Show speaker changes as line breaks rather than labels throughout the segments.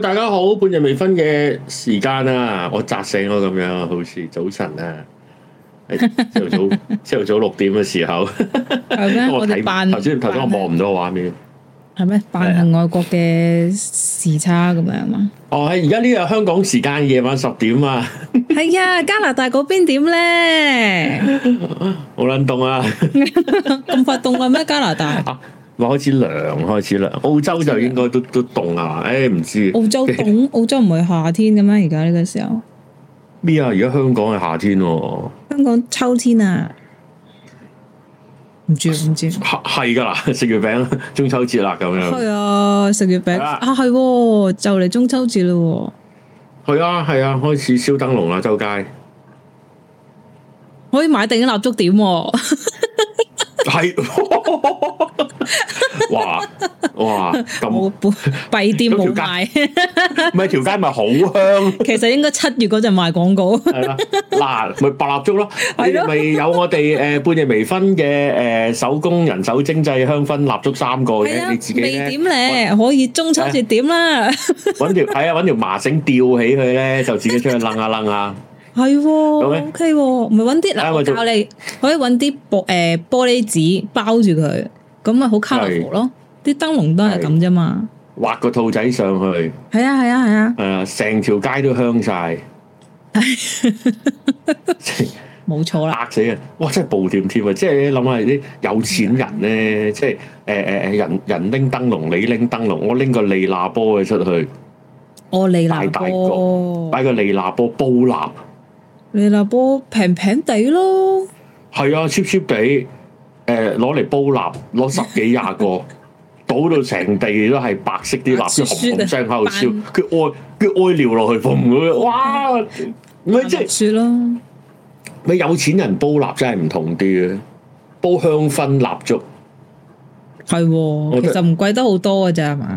大家好，半夜未婚嘅時間啊，我扎醒我咁樣，好似早晨 啊，係朝頭早朝頭早六點嘅時候，
係咩？
我
我哋
睇
扮
頭先頭先我望唔到畫面。
係咩？扮係外國嘅時差咁樣嘛？
哦，係而家呢個香港時間夜晚十點啊，
係啊，加拿大嗰邊點咧？
好撚凍啊！
咁快凍嘅咩？加拿大、
話開始涼，開始涼。澳洲就應該都都凍啊！誒、唔知
澳洲凍，澳洲唔係夏天嘅咩？而家呢個時候，
咩啊？而家香港係夏天喎、
香港秋天啊？唔知唔知。
係係㗎啦，食月餅中秋節啦咁樣。
係啊，食月餅
係啦
啊，係喎就嚟中秋節啦
係啊係啊，開始燒燈籠啦，周街。
喎，可以買定啲蠟燭點喎，
係，哇哇咁，
冇閉店冇
咁 條
賣，
咪條街咪好香，
其實應該七月嗰陣賣廣告。
係啦，嗱咪白蠟燭咯，你
係
哋
咯
咪有我哋誒半夜微醺嘅誒手工人手精製香薰蠟燭三個
係
嘅，
啊
你自己
未
咧
點咧，可以中秋節點啦，
揾條係啊揾條麻繩吊起佢咧，就自己出去楞下楞下，
係喎
咧
，OK 喎，唔係揾啲
啊
嗱，
我
我
做
教你可以揾啲玻誒玻璃紙包住佢，咁咪好 colourful 咯，啲燈籠都係咁啫嘛，
畫個兔仔上去，
係啊係啊係啊，
係啊，成條街都香晒，
冇錯啦，
嚇死人！哇，真係暴殄添啊！即係你諗下啲有錢人咧，即係誒誒誒，人人拎燈籠，你拎燈籠，我拎個利那波嘅出去，
我哦利那
大大
波，
擺個利那波煲蠟，
利那波平平地咯，
係啊，cheap cheap 地，誒攞嚟煲蠟，攞十幾廿個。 倒到成地都係白色啲蠟，
雪
啲
雪
紅
啊
紅聲喺度燒，
扮
佢哀佢哀尿落去，嘣咁樣，哇！唔係即係
白雪咯，
咪有錢人煲蠟真係唔同啲嘅，煲香薰蠟燭
係喎，其
覺得
實唔貴得好多嘅咋嘛，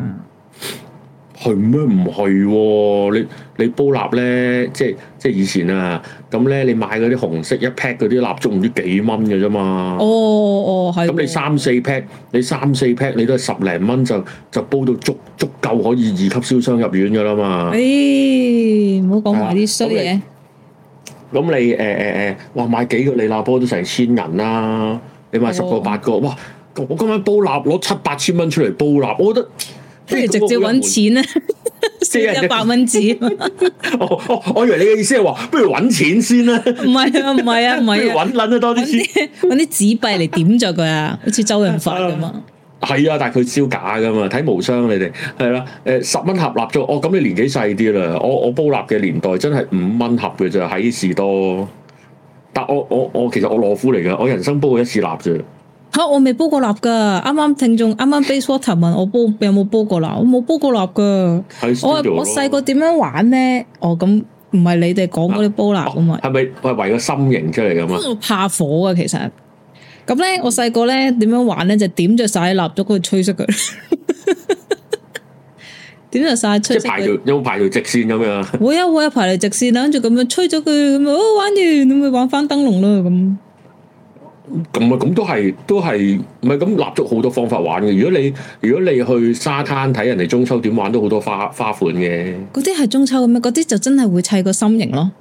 係咩？唔係喎，你你煲蠟咧，即係即係以前啊，咁咧你買嗰啲紅色一 pack 嗰啲蠟燭唔知幾蚊嘅啫嘛
哦。哦係喎，
咁你啊三四 pack，你三四 pack 你都係十零蚊就就煲到足足夠可以二級燒傷入院㗎啦嘛。
誒唔好講埋啲
啊
衰嘢。
咁你誒誒誒，哇買幾個利那波都成千銀啦、你買十個
哦
八個，哇！我今晚煲蠟攞七八千蚊出嚟煲蠟，我覺得
不如直接揾錢啦，
即係人
燒
哋
一百蚊紙，唔
我我哦我以為你嘅意思係話，不如揾錢先啦，不
係啊，唔係啊，唔
如
係啊，
揾撚得多
揾
啲錢。
啲揾啲紙幣嚟點着佢啊，好似周潤發咁啊，
係啊，但係佢燒假噶嘛，睇無雙你哋係啦。誒十蚊盒蠟燭，哦咁你年紀細啲啦。我我煲蠟嘅年代真係五蚊盒嘅咋，喺士多。但我我我其實我懦夫嚟嘅，我人生煲過一次蠟啫。
嚇我未煲過蠟噶，啱啱聽眾啱啱 base water 問我煲有冇煲過蠟，我冇煲過蠟噶，
喺
我
studio
我
咯
細個點樣玩咧？哦咁唔係你哋講嗰啲煲蠟啊嘛
哦。係咪係圍個心形出嚟噶嘛？
我怕火啊，其實。咁咧，我細個咧點樣玩咧，就點着晒啲蠟燭，佢吹熄佢。 點着晒吹
即係
熄
排
佢
條，有冇排條直線咁樣？
會啊會啊，排嚟直線啦，跟住咁樣吹咗佢，咁啊哦玩完，咁咪玩翻燈籠啦咁。
咁啊，咁都係都係，唔係咁蠟燭好多方法玩嘅。如果你如果你去沙灘睇人哋中秋點玩，都好多花花款嘅。
嗰啲係中秋咁樣，嗰啲就真係會砌個心形咯。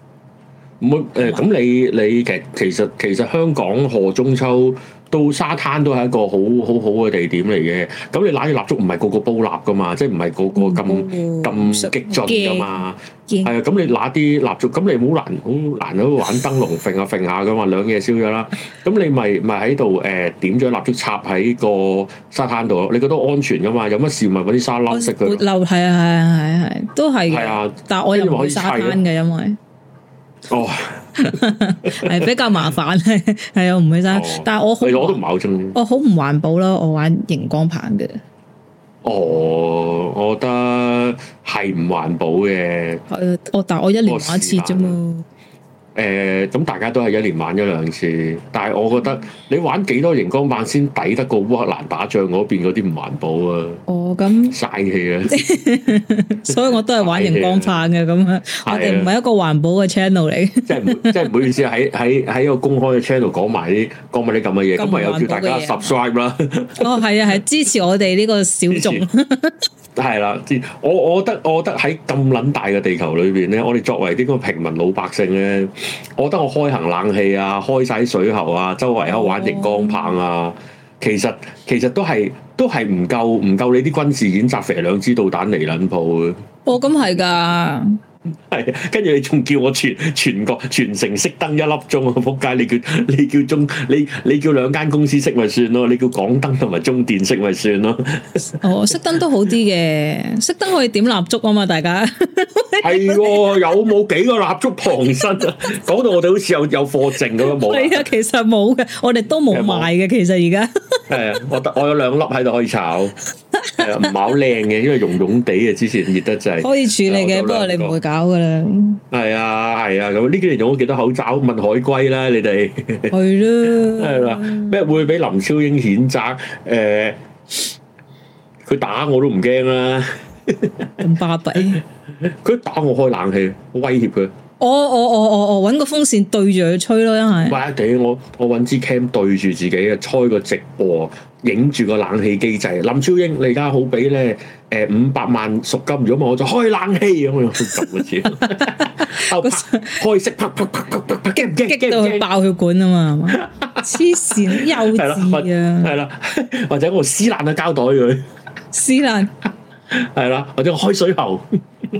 唔會誒，呃咁、你你其實其實其實香港賀中秋到沙灘都係一個好好好嘅地點嚟嘅。咁你揦住蠟燭唔係個個煲蠟噶嘛，即係唔係個個咁
嗯
咁激進噶嘛？
驚
係啊，咁你揦啲蠟燭，咁你好難好難喺度玩燈籠揈下揈下噶嘛，兩嘢燒咗啦。咁你咪咪喺度誒點咗蠟燭插喺個沙灘度咯。你覺得安全噶嘛？有乜事咪揾啲沙
我
冧食佢
會
咯。
漏係啊係啊係啊係啊，都係
係
嘅。
啊，
但我又唔去沙灘嘅，因為
哦，
係比較麻煩 咧，係啊，我唔去沙
哦
灘。但係我好
你攞都唔係好中意。
我好唔環保啦，我玩熒光棒嘅。
哦，我覺得係唔環保嘅。誒、
係啊我但我一年玩一次啫嘛，
咁大家都係一年玩一兩次，但係我覺得你玩幾多熒光棒先抵得過烏克蘭打仗嗰邊嗰啲唔環保啊，
哦 咁，
嘥氣啊！
所以我都係玩熒光棒嘅咁樣，我哋唔係一個環保嘅 channel 嚟嘅，
即係唔即係唔好意思，喺喺喺個公開嘅 channel 講埋啲講埋啲咁嘅嘢，
咁
咁咪有叫大家
唔環保嘅嘢
subscribe 啦。
哦係啊係支持我哋呢個小眾，
支係啦，知我我覺得我覺得喺咁撚大嘅地球裏邊咧，我哋作為啲咁嘅平民老百姓咧，我覺得我開行冷氣啊，開晒水喉啊，周圍喺度玩熒光棒啊，其實其實都係都係唔夠唔夠你啲軍事演習射兩支導彈嚟撚鋪嘅。
哦，咁係噶，
係，跟住你仲叫我全全國全城熄燈一粒鐘啊！仆街，你叫你叫中你你叫兩間公司熄咪算咯，你叫港燈同埋中電熄咪算咯。
哦，熄燈都好啲嘅，熄燈可以點蠟燭啊嘛，大家
係喎，有冇幾個蠟燭旁身啊？ 講到我哋好似有有貨剩咁樣冇
係
啦。
啊，其實冇嘅，我哋都冇賣嘅，其實而家
係啊，我得我有兩粒喺度可以炒，係啊，唔係好靚嘅，因為溶溶地嘅，之前熱得滯。
可以處理
有
嘅，
有
不過你
兩個
唔會搞噶 啦，
係啊係啊，咁呢幾年仲有幾多口罩？問海龜啦，你哋。
係
係啦
啦，，
咩會俾林超英譴責？誒、佢打我都唔驚啦，
咁巴閉。
佢打我開冷氣，我威脅佢。
我我我我我揾個風扇對住佢吹咯，因
唔
係
係地，我我揾支 cam 對住自己嘅，開個直播，影住個冷氣機制。林超英，你而家好俾咧誒五百萬贖金，如果唔係我就開冷氣咁樣咁嘅字。後拍開色，啪啪啪啪啪啪，驚唔驚？
激
驚
到
唔
佢
驚？
爆血管啊嘛係 嘛，黐線幼
係啦，或
稚啊，
係啦，或者我撕爛個膠袋佢，
撕爛
係啦，或者我開水喉。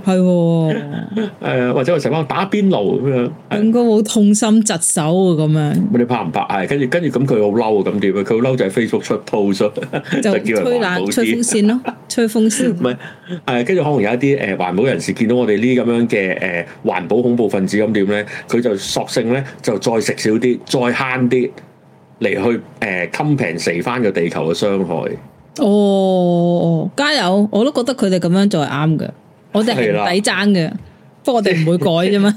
係喎。
誒、或者我成班打邊爐咁樣，係
應該好痛心疾首啊，咁樣
你怕唔怕？係跟住跟住咁佢好嬲啊！咁點啊？佢好嬲就係 Facebook 出 post 咯就
就
叫人
吹
環保
冷、吹風
啲，
扇咯， 吹風扇
唔。係係跟住可能有一啲誒、環保人士見到我哋呢啲咁樣嘅誒、環保恐怖分子咁點咧，佢就索性咧就再食少啲，再慳啲嚟去誒 compensate 翻個地球嘅傷害。哦
哦，加油！我都覺得佢哋咁樣做係啱嘅，我哋係
係
唔
啦
抵爭嘅，不過我哋唔會改啫 嘛。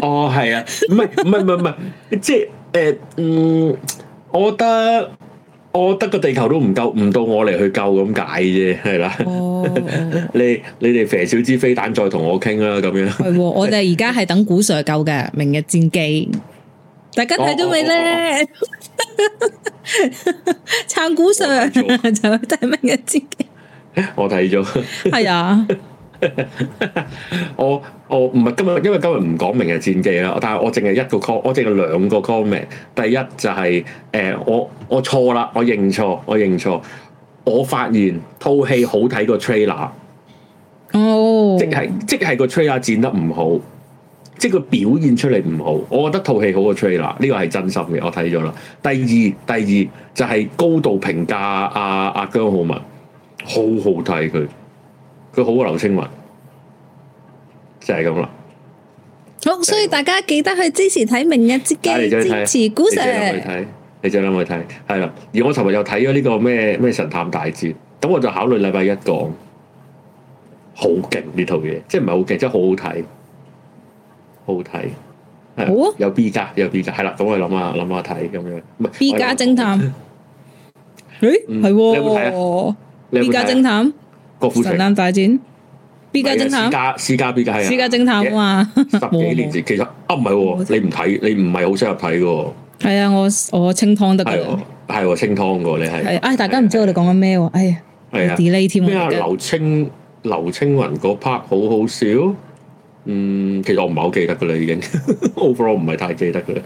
哦，係啊，唔係唔係唔係唔係，即係誒、嗯，我覺得我覺得個地球都唔夠，唔到我嚟去救咁解啫，係啦。
哦，哦
你你哋射少支飛彈再同我傾啦，咁樣
係喎，我哋而家係等古 Sir 救嘅《明日戰記》，大家睇咗未
哦
咧？ 撐古 Sir 就
我睇
睇《明日戰記
我睇咗。》，
係 啊，
我我唔係今日，因為今日唔講明日戰記啦，但係我淨係一個 com，我淨係兩個 comment。第一就係、呃我我錯啦，我認錯，我認錯。我發現套戲好睇過 trailer，
哦，
即係即係個 trailer 剪得唔好，即係個表現出嚟唔好。我覺得套戲好過 trailer，呢個係真心嘅，我睇咗啦。第二第二就係高度評價阿阿姜浩文，好好睇佢，佢好過劉青雲，就係咁啦。
好，所以大家記得去支持睇《明日戰記
啊你再睇》，
支持古
你再
Sir
諗去。睇，你再諗去睇，係啦。而我尋日又睇咗呢個咩咩神探大戰，咁我就考慮禮拜一講，好勁呢套嘢，即係唔係好勁，即係好好睇，好好睇。係啦
好啊
有 B 加，有 B 加，係啦，咁我諗下諗下睇咁樣，唔係
B
我
加
諗
偵探， 誒
嗯
係
你有冇睇
喎
你有
，B
冇
加
睇啊
偵探
郭富城
神探大戰，B 加
唔係
偵探
私家私家 B 加係啊
私家偵探啊嘛，
十幾年前其實啊唔係
冇
喎，你唔睇你唔係好適合睇嘅喎，
係啊，我我清湯得
係
㗎
喎
啦，
係喎清湯嘅喎你係啊
係唉，大家唔知我哋講緊咩喎，哎呀
係啊。
à? ，delay 添
咩啊？
啊，
劉青劉青雲嗰 part 好好笑。嗯，其實我唔係好記得噶啦，已經 overall 唔係太記得噶啦。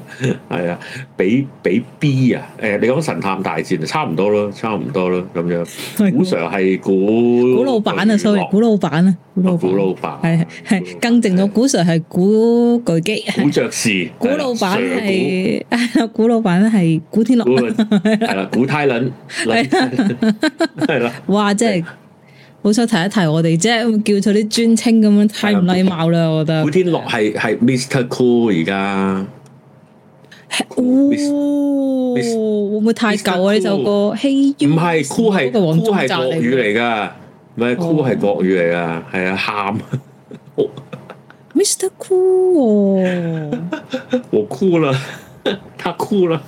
係啊，比比 B 啊，誒、你講神探大戰啊差唔多咯，差唔多咯咁樣。古 Sir 係古
古老闆啊，sorry，古老 à, 闆啊，古老
老古老
闆，
闆
係係更正咗，古 Sir 係古巨基，
古爵士
古老闆
係啦 Sir 古
係係啊 古老闆係古天 樂，
係啦，古泰倫
啊
係啦，
哇！真係好想提一提我哋啫，叫佢啲尊稱咁樣太唔禮貌
啊
啦，我覺得
古。天樂係係 Mr Cool 而家。
哦，
Miss-
會唔會太舊啊？呢
Mr.
首歌希
唔係酷係
嗰個黃
酷係
宗澤
國
嚟
語
嘅
嚟噶，唔係酷係國語嚟噶，係啊喊
Mr. Cool 喎
我哭啦，他哭啦，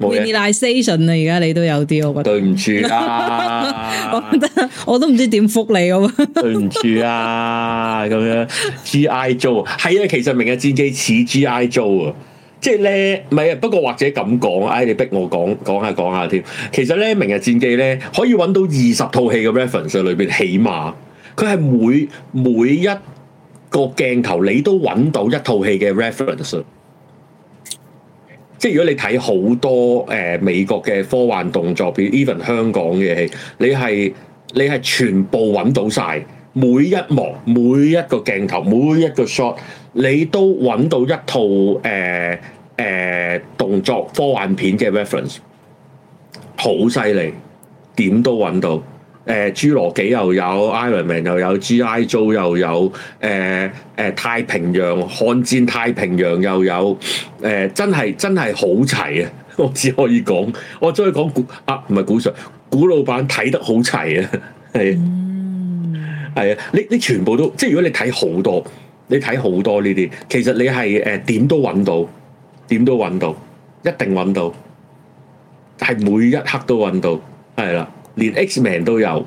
冇嘢，
，realization 啊！而家你都有啲，我覺得，
對唔住
我 覺
啊，
得我都唔知點覆你咁啊。
對唔住啊，咁樣 G I Joe 係啊，其實明日戰記似 G I Joe 啊，即係咧，唔係啊。不過或者咁講，唉、你逼我講講下講下添。其實咧，《明日戰記》咧可以揾到二十套戲嘅 reference 喺裏邊，起碼佢係每每一個鏡頭你都揾到一套戲嘅 reference。即係如果你睇好多誒、呃美國嘅科幻動作片，even 香港嘅戲，你係你係全部揾到晒，每一幕、每一個鏡頭、每一個 shot，你都揾到一套誒誒、呃呃、動作科幻片嘅 reference，好犀利，點都揾到。誒、侏羅紀又有 Iron Man 又有 G.I. Joe 又有誒誒、呃太平洋悍戰太平洋又有誒、真係真係好齊啊！ 我只可以講，我再講古啊，唔係古 Sir，古老闆睇得好齊啊，係啊
嗯，
係啊，你你全部都即係如果你睇好多，你睇好多呢啲，其實你係誒點都揾到，點都揾到，一定揾到，係每一刻都揾到，係啦，連 X Man 都有，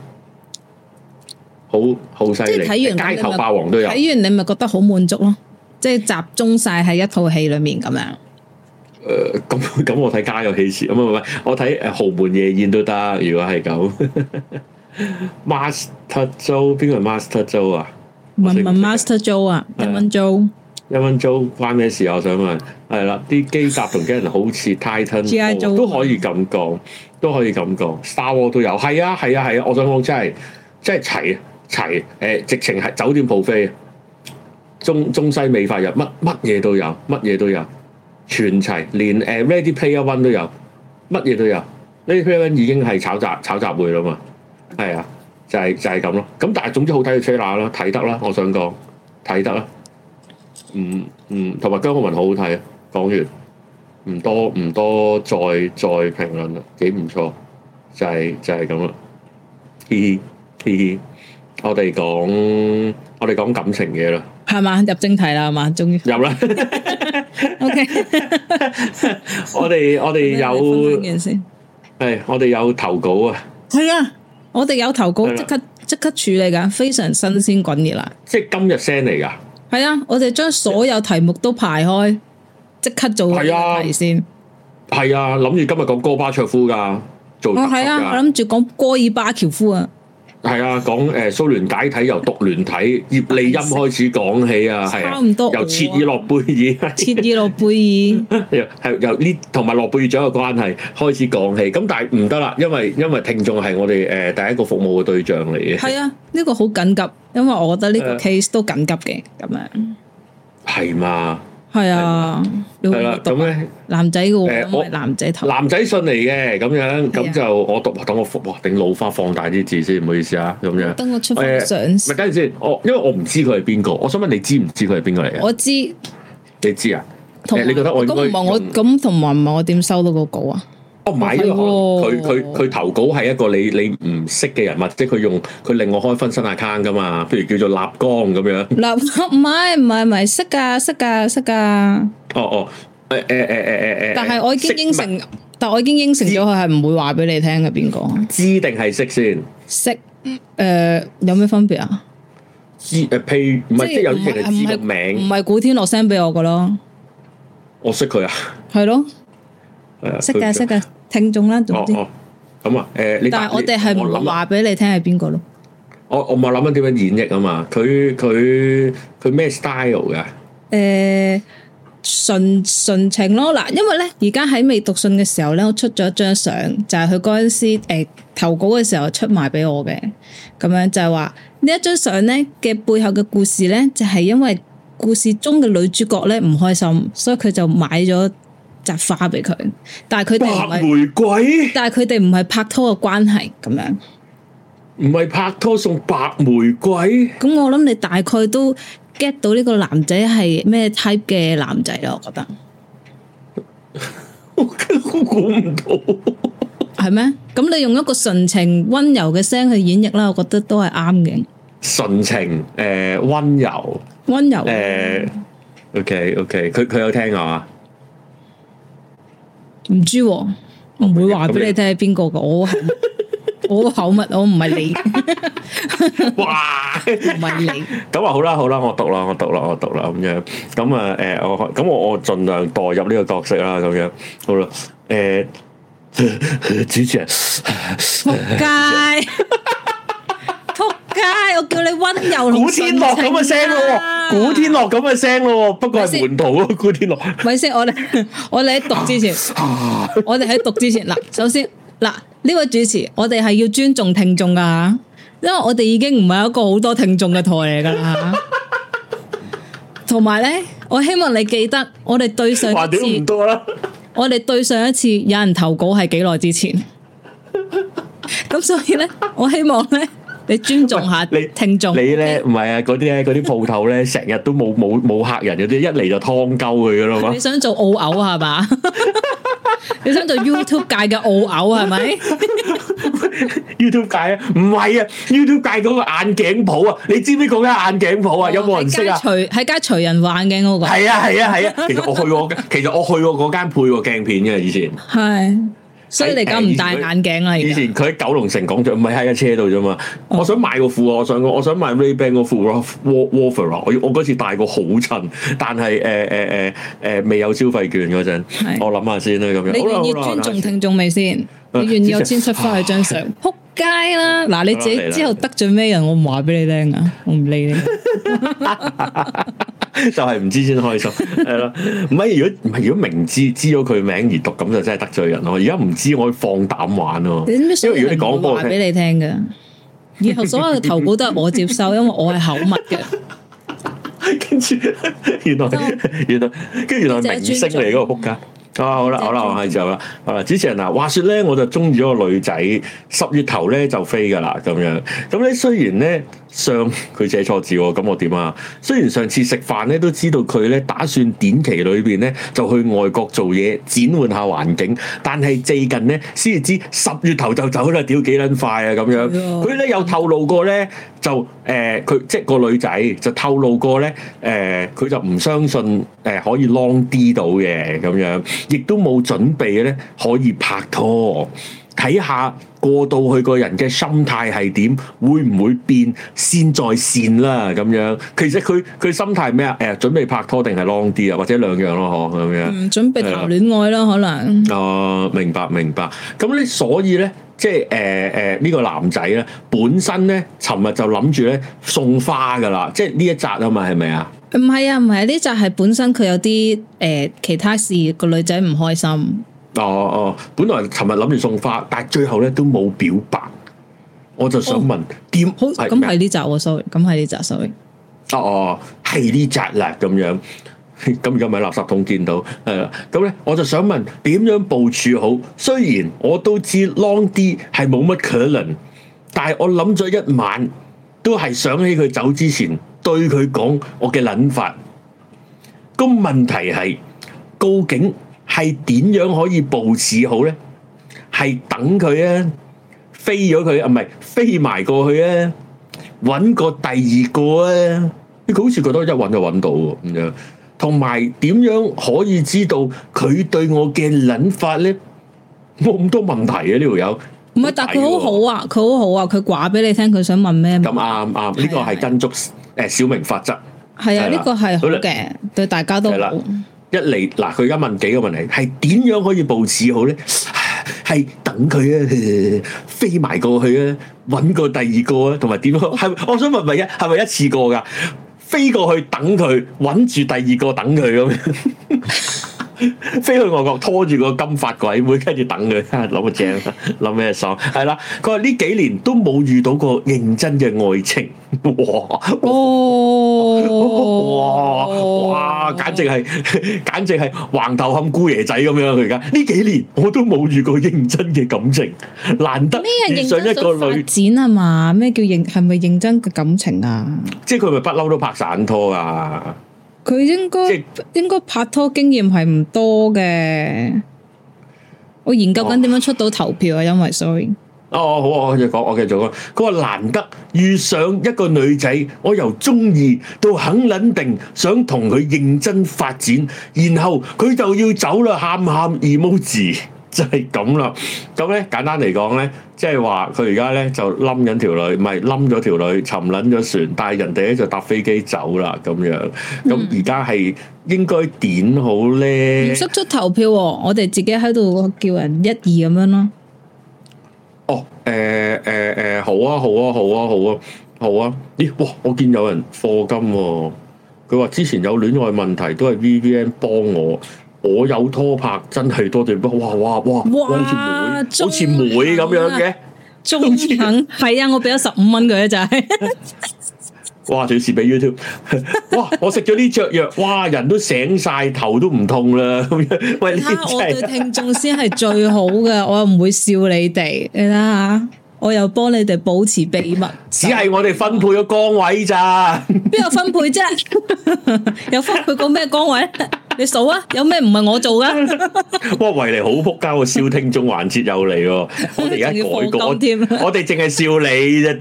好好犀
即
利，
係睇完
街頭霸王都有，誒、
睇完你咪覺得好滿足咯，即係集中晒喺一套戲裏面咁樣。
咁 咁我睇家有喜事，唔係唔係，我睇誒豪門夜宴都得，如果係咁 ，Master Joe 邊個係 Master Joe 啊？我識
問
唔
問
識
Master Joe 啊，
係啊
問問 Joe
一蚊租關咩事啊？我想問，係啦，啲機甲同機人好似 Titan
G.I.
Force，
Joe
都可以咁講，都可以咁講，Star War 都有，係啊，係啊，係啊，我想講真係真係齊啊，齊誒、直情係酒店 buffet，中中西美法日乜乜嘢都有，乜嘢都有，全齊，連誒、Ready Player One 都有，乜嘢都有，Ready Player One 已經係炒集炒集會啦嘛，係啊，就係、就係、咁咯，咁但係總之好睇嘅 trailer 啦，睇得啦，我想講睇得啦。嗯嗯，同埋姜浩文好好睇啊！講完唔多唔多再再評論啦，幾唔錯，就係、就係咁啦，嘻嘻嘻嘻，我哋講我哋講感情嘢啦，
係嘛？入正題啦，係嘛？終 於
入 啦，
OK，
我哋我哋
分享
有
件先。
係我哋有投稿啊，
係啊，我哋有投稿
係啦
即刻即刻處理㗎，非常新鮮滾熱啦。
即係今日 send 嚟㗎，
係啊，我哋將所有題目都排開，即刻做
係啊
呢個題先。
係啊，諗住今日講戈巴卓夫㗎，做
我
特
係
輯
啊，
㗎
我諗住講戈爾巴喬夫啊，
係啊，講誒蘇聯解體由獨聯體葉 利欽開始講起啊，係
差
啊，
唔多
由切
我啊
爾諾貝爾。
切爾諾貝 爾。
又係由呢同埋諾貝爾獎嘅關係開始講起，咁但係唔得啦，因為因為聽眾係我哋誒、呃第一個服務嘅對象嚟嘅，
係啊，呢個好緊急，因為我覺得呢個
係啊
case 都緊急嘅咁樣。
係嘛？
係啊，你
係
會唔會
啦，
讀
咁咧
男仔嘅喎，
誒
因
我
為男仔頭。
男仔信嚟嘅咁樣，
係啊
咁就我讀，哇等我服哇頂老花放大啲字先，唔好意思啊，咁樣。
等我出翻相
咪等陣先，我因為我唔知佢係邊個，我想問你知唔知佢係邊個嚟嘅？
我知，
你知啊？
同埋
你覺得我應該嗯
咁唔係我
用
咁同埋唔係我點收到個稿啊？
哦，唔係，因為可能佢佢佢投稿係一個你你唔識嘅人物，即係佢用佢另外開分身 account 噶嘛，譬如叫做立江咁樣。
嗱， 唔係唔係唔係，識噶識噶識噶，
哦哦，誒誒誒誒誒誒，
但係我已經應
識唔係
承，但我已經應承咗佢係唔會話俾你聽嘅邊個
知定係識先，
識誒有咩分別啊？
知誒譬如唔係即係有啲人係知個
唔
名，
係古天樂 send 俾我噶咯，
我識佢啊，
係咯，
係啊
識噶
佢
識噶，聽眾啦
哦
總之，
哦，咁啊誒，你
但係我哋係
你
唔
我
會
諗啊
話俾你聽係邊個咯。
我我咪諗緊點樣演繹啊嘛，佢佢佢咩 style 㗎？
誒純純呃情咯嗱，因為咧而家喺未讀信嘅時候咧，我出咗一張相，就係佢嗰陣時誒投稿嘅時候出埋俾我嘅，咁樣就係話呢一張相咧嘅背後嘅故事咧，就係因為故事中嘅女主角咧唔開心，所以佢就買咗扎花俾佢，但係佢哋唔
白
係，
玫瑰
但係佢哋唔係拍拖嘅關係咁樣。
唔係拍拖送白玫瑰，
咁我諗你大概都 get 到呢個男仔係咩 type 嘅男仔啦，我覺得
我估唔到。
係咩？咁你用一個純情温柔嘅聲去演繹啦，我覺得都係啱嘅。
純情誒温柔
温柔，
誒，OK OK，佢佢有 聽我啊？
唔知喎唔會話俾你聽係邊個噶，我係我個口密，我唔係你，
哇！
唔係你。
咁啊，好啦，好啦，我讀啦，我讀啦，我讀啦，咁樣，咁啊，誒、我咁我我盡量代入呢個角色啦，咁樣，好啦，誒、 主持人，
仆街， 仆街！我叫你温柔同啊
古天樂咁嘅聲咯喎，古天樂咁嘅聲咯喎，不過係門徒咯，古天樂，
樂，咪先，我哋我哋喺讀之前，我哋喺讀之前嗱，首先嗱呢位主持，我哋係要尊重聽眾噶，因為我哋已經唔係一個好多聽眾嘅台嚟噶啦。同埋咧，我希望你記得，我哋 對上
話
一
屌唔
次，
多啦，
我哋對上一次有人投稿係幾耐之前，咁所以咧，我希望咧，你尊重下
你
聽眾。
你咧唔係啊，嗰啲咧嗰啲鋪頭咧，成日都冇冇冇客人嗰啲，一嚟就劏鳩佢噶啦嘛
你。想做澳偶係嘛？你想做 YouTube 界嘅澳偶係咪？
YouTube 界啊，唔係啊，YouTube 界嗰個眼鏡鋪啊，你知唔知嗰間眼鏡鋪啊？有冇人識啊
喺？街除喺街除人玩嘅嗰個
係啊係啊係啊！ 其實我去過，其實我去過嗰間配過鏡片嘅以前。
係，所以你而家唔
哎
戴眼鏡啦，而
以
家
前佢喺九龍城廣場，唔係喺架車度啫嘛。
哦
我想買個褲啊，我想我想買 Ray-Ban 個褲咯 War Warfer 啊，我我嗰次戴過好襯，但係誒誒誒誒未有消費券嗰陣
係，
我諗下先啦咁樣。
你
好啦
願意
好
尊
啦
重聽眾未先？
啊
你願意我
主持
先出翻去張相？仆街啦！嗱，你自
好
己
啦嚟啦
之後得罪咩人，我唔話俾你聽啊！我唔理你。
就係唔知先 開心，係啦。唔係如果唔係如果明知知咗佢名而讀，咁就真係得罪人咯。而家唔知我可以放膽玩咯。
你知唔知
因
所
為如
有
果
人唔
你講
會
過
話俾你聽嘅？以後所有嘅投稿都係我接 收，因為我係口密嘅。
跟住原來原來跟住原來明星嚟嗰個仆街。啊好啦好啦，我係就啦，好啦，主持人嗱，話説咧，我就中意咗個女仔，十月頭咧就飛噶啦，咁樣。咁咧雖然咧上 佢寫錯字喎，咁我點啊？雖然上次食飯咧都知道佢咧打算短期裏邊咧就去外國做嘢，轉換下環境，但係最近咧先至知十月頭就走啦，屌幾撚快啊咁樣。
係啊
佢咧有透露過咧，就誒佢、即係個女仔就透露過咧，誒、佢就唔相信誒、可以 long D 到嘅咁樣，亦都冇準備咧可以拍拖，睇下過到佢個人嘅心態係點，會唔會變先再善啦咁樣。其實佢佢心態係咩啊？誒、準備拍拖定係 long D 啊，或者兩樣咯，嗬咁樣。
唔準備談戀愛
啊
啦，可能
哦，明白明白。咁咧，所以咧，即係誒誒呢個男仔咧，本身咧，尋日就諗住咧送花噶啦，即係呢一紮啊嘛，係咪啊？
唔係啊，唔係啊呢集係本身佢有啲诶、呃其他事，個女仔唔開心。
哦哦，本來尋日諗住送花，但係最後咧都冇表白，我就想問點
好，哦咁係呢集喎，sorry，咁係呢集，sorry。
哦哦，係呢扎啦咁樣。 咁而家咪喺垃圾桶見到，係啦。咁咧我就想問點樣部署好？雖然我都知 long D 係冇乜可能，但係我諗咗一晚，都係想起佢走之前對佢講我嘅諗法。個問題係究竟係點樣可以部署好咧？係等佢啊，飛咗佢啊，唔係飛埋過去啊？揾個第二個啊！佢好似覺得一揾就揾到喎咁樣。同埋點樣可以知道佢對我嘅諗法咧？冇咁多問題嘅呢條友，
唔係，但係佢好好啊，佢好好啊，佢話俾你聽佢想問咩
咁，啱啱，呢個
係啊
係跟足誒小明法則。
係啊，
係啦
呢個係好嘅，對大家都
係啦
好。
一嚟嗱，佢而家問幾個問題，係點樣可以部署好咧？唉係等佢啊，飛埋過去啊，揾個第二個啊，同埋點樣？係我想問咪一係咪一次過㗎？飛過去等佢，揾住第二個等佢咁樣， 飛去外國拖住個金髮鬼妹，跟住等佢， 諗個正，諗咩爽？係啦，佢話呢幾年都冇遇到過認真嘅愛情，哇！哇
哦，
哇！簡直係， 簡直係橫頭冚姑爺仔咁樣。啊佢而家呢幾年我都冇遇過認真嘅感情，難得
咩係
遇
認
上一
真
個
想發
女，
展啊嘛？咩叫認係咪認真嘅感情啊？
即係佢咪不嬲都拍散拖啊！
佢應
即
該
係
應該拍拖經驗係唔多嘅。我研究緊點樣出到投票啊，因為 sorry。
哦，好，我繼續講，我繼續講。佢話難得遇上一個女仔，我由中意到肯撚定，想同佢認真發展，然後佢就要走啦，喊喊 emoji。就係咁啦。咁咧簡單嚟講咧，即係話佢而家咧就冧緊條女，唔係冧咗條女，沉撚咗船，但係人哋咧就搭飛機走啦咁樣。咁而家係應該點好咧
唔？識出投票喎，我哋自己喺度叫人一二咁樣咯。
哦，誒誒誒，好啊，好啊，好啊，好啊，好啊！咦，哇！我見有人課金喎、佢話之前有戀愛問題都係 VVN 幫我，我有拖拍真係多謝幫，哇哇哇！
哇
好似妹，好
中
似妹
肯
咁樣
啊
嘅，
中肯係啊，我俾咗十五蚊佢啊，就係
哇！仲要蝕俾 YouTube，哇！我食咗呢雀藥，哇！人都醒晒，頭都唔痛啦咁樣。喂，呢
睇下
啲
啊我
真
對
係啊
聽眾先係最好嘅，我又唔會笑你哋，你睇下。我又幫你哋保持秘密，
只係我哋分配咗崗位咋。
邊有分配啫？ 有分配過咩崗位？你數啊，有咩唔係我做噶？
哇！維尼好撲街喎，笑聽眾環節又嚟喎， 我哋而家
仲要
改過，
課金添
我我哋淨係笑你啫，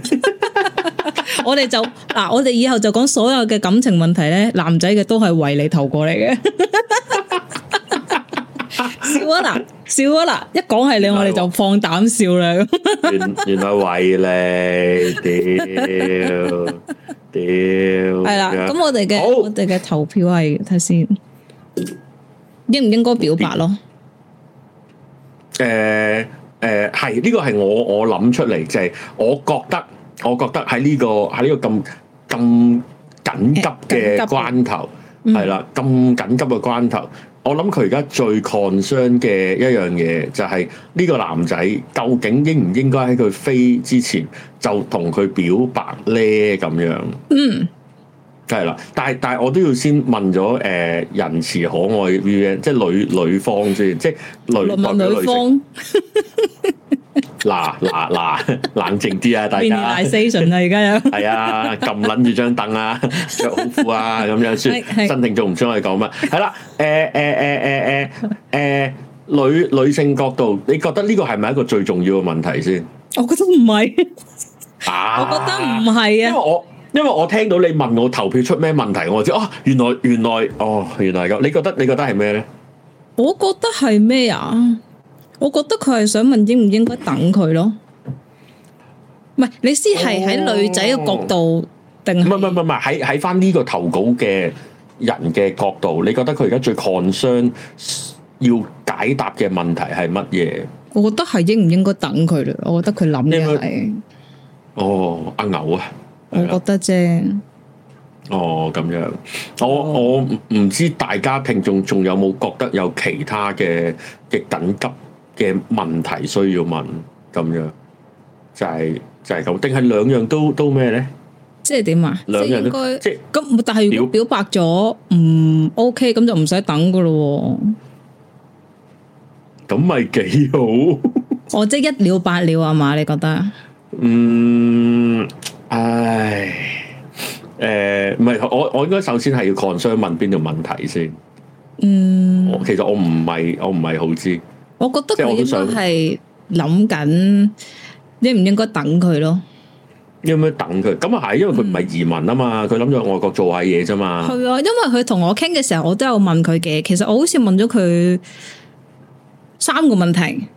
屌！
我哋就嗱，我哋以後就講所有嘅感情問題咧，男仔嘅都係為你投過嚟嘅。 笑啊嗱，笑啊嗱，一講係你，我哋就放膽笑啦。
原原來維尼，屌屌，係
係啦，
dạ.
咁我哋嘅
好
我哋嘅投票係睇先，應唔應該表白咯？
誒誒呃係呢個係我我諗出嚟，就係、我覺得我覺得喺呢、個喺呢個咁咁緊急
緊
嘅
急嘅
關頭，
嗯
係啦、咁緊急嘅關頭，我諗佢而家最 concern 嘅一樣嘢就係呢個男仔究竟應唔應該喺佢飛之前就同佢表白咧咁樣。
嗯，
係啦，但係但係我都要先問咗誒、呃仁慈可愛 V N，即係女女方先，即係女代表
問女
性
方
嗱嗱嗱， 冷靜啲啊，大
mini
家
i。s a t i o n 啦，而家有
係啊，撳撚住張 凳啊，着好褲啊，咁樣
係係
算新定做唔知我哋講乜？係啦，誒誒誒誒誒誒，女女性角度，你覺得呢個係咪一個最重要嘅問題先？
我覺得唔係，我
啊，
覺得唔係
因為
啊，
我因為我聽到你問我投票出咩問題，我就知哦，原來原來哦，原來係咁。你覺得你覺得係咩咧？
我覺得係咩啊？我覺得佢係想問應唔應該等佢咯，唔係你先係喺女仔嘅角度定
唔
係
係唔係唔係唔係，喺喺翻呢個投稿嘅人嘅角度，你覺得佢而家最 concern 要解答嘅問題係乜嘢？
我覺得係應唔應該等佢嘞？我覺得佢諗嘅係，
哦，阿牛啊，
我覺得啫。
哦咁樣，我我唔唔知大家聽眾仲有冇覺得有其他嘅嘅緊急嘅問題需要問咁樣，就係、就係咁，定係兩樣都都咩咧？
即係點啊？即
兩
係
樣
應
都
該
即係
咁，但係如果表白咗唔 OK，咁就唔使等噶咯
咁咪幾好。
喎。哦我即係一了百了啊嘛？你覺得？
嗯，唉，誒、唔係，我我應該首先係要 concern 問邊條問題先。
嗯，
我其實我唔係，我唔係好知。
我覺得
即係
佢
我都想
應該係諗緊應唔應該等佢咯。
應該等佢，咁啊係，因為佢唔係移民啊嘛，佢諗咗外國做下嘢啫嘛。
係啊，因為佢同我傾嘅時候，我都有問佢嘅。其實我好似問咗佢三個問題。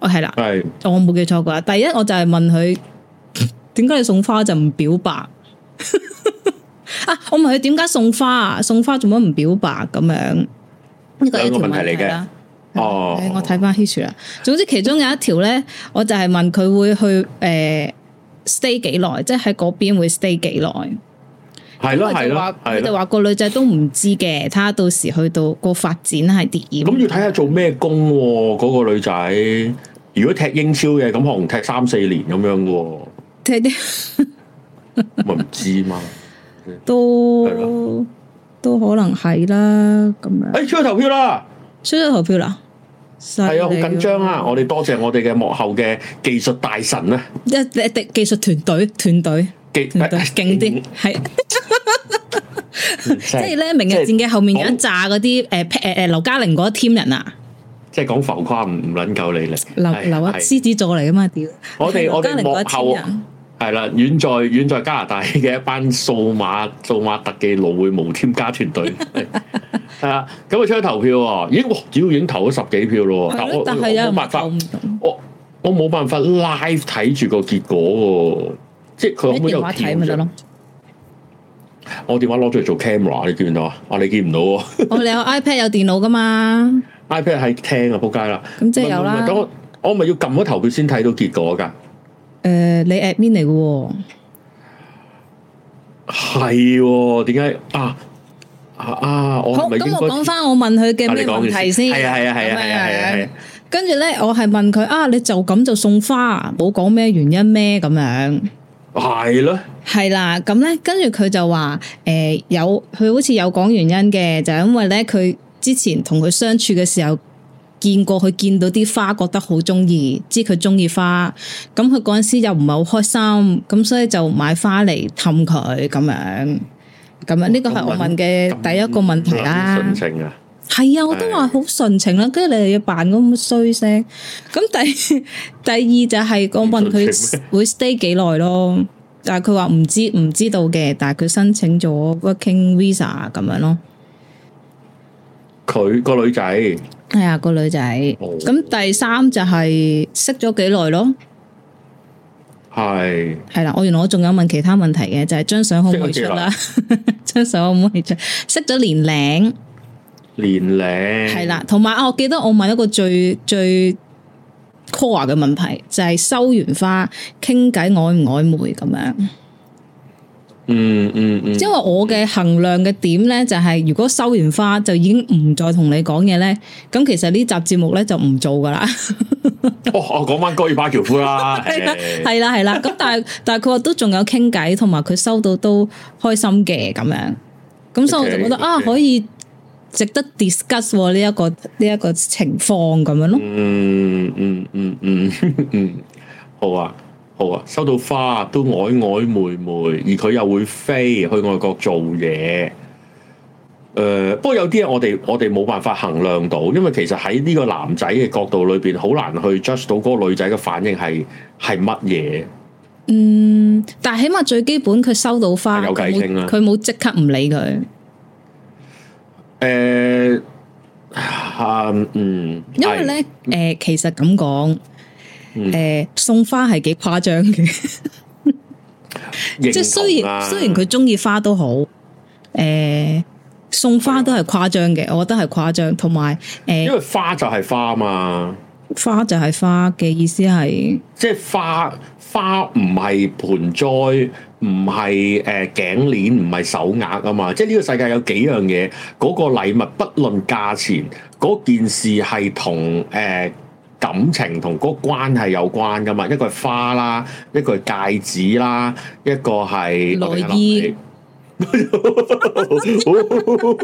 哦，係啦。
係
我冇記錯啩。第一我就係問佢 點解你送花就唔表白 啊？我問佢點解送花啊？送花做乜唔表白咁樣？呢個係一條
兩個問題
問
嚟
題
嘅
啦。
哦
唉啊我睇翻 history 啦。總之其中有一條咧，我就係問佢會去誒、呃 stay 幾耐，即係喺嗰邊會 stay 幾耐。
係咯
佢
係
就
咯
話
係
佢就
咯，
話個女仔都唔知嘅，睇下到時去到個發展係點。
咁要睇下做咩工喎？嗰個女仔，如果踢英超嘅，咁可能踢三四年咁樣嘅
睇啲。
喎，咪唔知 嘛。係
都都可能係啦，咁樣
哎誒，出去投票啦！
出咗投票啦，係
係啊，好緊張啊！！我哋多謝我哋嘅幕後嘅技術大神啊！
一一滴技術團隊，團隊，
技
團隊勁啲，係
嗯即
即係咧，明日戰嘅後面有一紮嗰啲誒誒誒劉嘉玲嗰一 team 人啊，
即係講浮誇唔唔撚夠你力。
劉
係
劉一
係
獅子座嚟噶嘛？屌，
我哋
劉
我
嘉
哋
玲
幕
啊嗰一 team
後啊
人
係啦，遠在遠在加拿大嘅一班數碼數碼特技路會無添加團 隊， 係係啊，咁佢出去投票喎，已經哇，主要已經投咗十幾票咯喎，
係
但啊我
咯，但係有
我
人話
冇辦法
救，唔到，
我我冇辦法 live 睇住個結果喎，即係佢可
你
唔可
電
以有
話睇咪得
跳
咯
啫？。我電話攞咗嚟做 camera，你見唔到啊？啊，你見唔到喎
我哋有 iPad 有電腦噶嘛，
？iPad 喺廳啊，仆街啦！
咁即係有
唔係唔係
啦
等。我我咪要撳咗投票先睇到結果㗎。
诶，你 admin 嚟嘅喎，
係喎，點解啊啊啊！我係
好，
咪
咁
應
我
該
講翻我問佢嘅
啊
咩
你講
問
件
題
事
先。
係啊係啊係啊
咁
係啊係啊
樣
係啊！
跟住咧，我係問佢啊，你就咁就送花，冇講咩原因咩咁樣。
係咯，
係啦，咁咧，跟住佢就話诶、誒有佢好似有講原因嘅，就係因為咧佢之前同佢相處嘅時候見過佢見到啲花，覺得好中意，知佢中意花，咁佢嗰阵时又唔係好開心，咁所以就買花嚟氹佢咁樣。咁樣呢個係我問嘅第一個問題啦。
咁順情啊，
係啊，我都話好純情啦，跟住你又要扮咁衰聲。咁 第第二就係我問
唔
佢
純情
會 stay 幾耐咯，但係佢話唔知唔知道嘅，但係佢申請咗 working visa 咁樣咯。
佢個女仔
係啊，個女仔。
哦
咁第三就係識咗幾耐咯，
係
係啦。我原來我仲有問其他問題嘅，就係張相可唔可以出
識咗幾耐
啦？ 張相可唔可以出？識咗年齡。
年齡
系啦，同埋啊，我記得我問一個最最 core 嘅問題，就係收完花傾偈曖唔曖昧咁樣。
嗯嗯嗯，
因為我嘅衡量嘅點咧，就係如果收完花就已經唔再同你講嘢咧，咁其實呢集節目咧就唔做噶啦。
哦，我講翻戈爾巴喬夫啦，
係啦
誒
係啦係啦，咁但係但係佢話都仲有傾偈，同埋佢收到都開心嘅咁樣。咁所以我就覺得
OK，OK
啊，可以值得 discuss 喎呢一個呢一個情況咁樣咯。
嗯嗯嗯嗯嗯，好啊好啊，收到花都曖曖昧昧，而佢又會飛去外國做嘢。誒、不過有啲嘢我哋我哋冇辦法衡量到，因為其實喺呢個男仔嘅角度裏邊，好難去 judge 到嗰個女仔嘅反應係係乜嘢。
嗯，但係起碼最基本佢收到花，
係有啊偈
佢
傾
冇
啦
佢冇即刻唔理佢，
誒、啊嗯，
因為咧，诶、其實咁講，
嗯啊
诶、送花係幾誇張嘅，
係，
即係雖
認同
然
啦
雖然佢中意花都好，诶、送花都係誇張嘅，我覺得係誇張，同埋诶
啊因為花就係花嘛。
花就係花嘅意思係
即係花花唔係盆栽，唔係誒頸鏈，唔係手鐲啊嘛！即係呢個世界有幾樣嘢，嗰、個禮物不論價錢，嗰件事係同誒感情同嗰個關係有關噶嘛。一個係花啦，一個係戒指啦，一個係
內衣
我突然間諗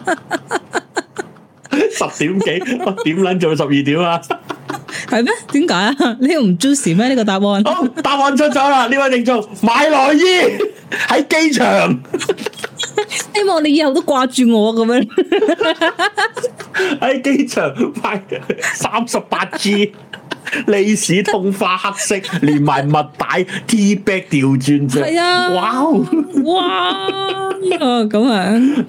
起 十點幾，我點撚做十二點啊！
係咩？點解啊？ 呢個唔 juicy 咩？呢、個答案？
好，答案出咗啦！呢位聽眾買內衣 喺機場，
希望你以後都掛住我咁 樣。
喺機場買 三十八 G。利是通花黑色，連埋襪帶 T back 調轉着，
係啊
哇哦！
哇，啊咁樣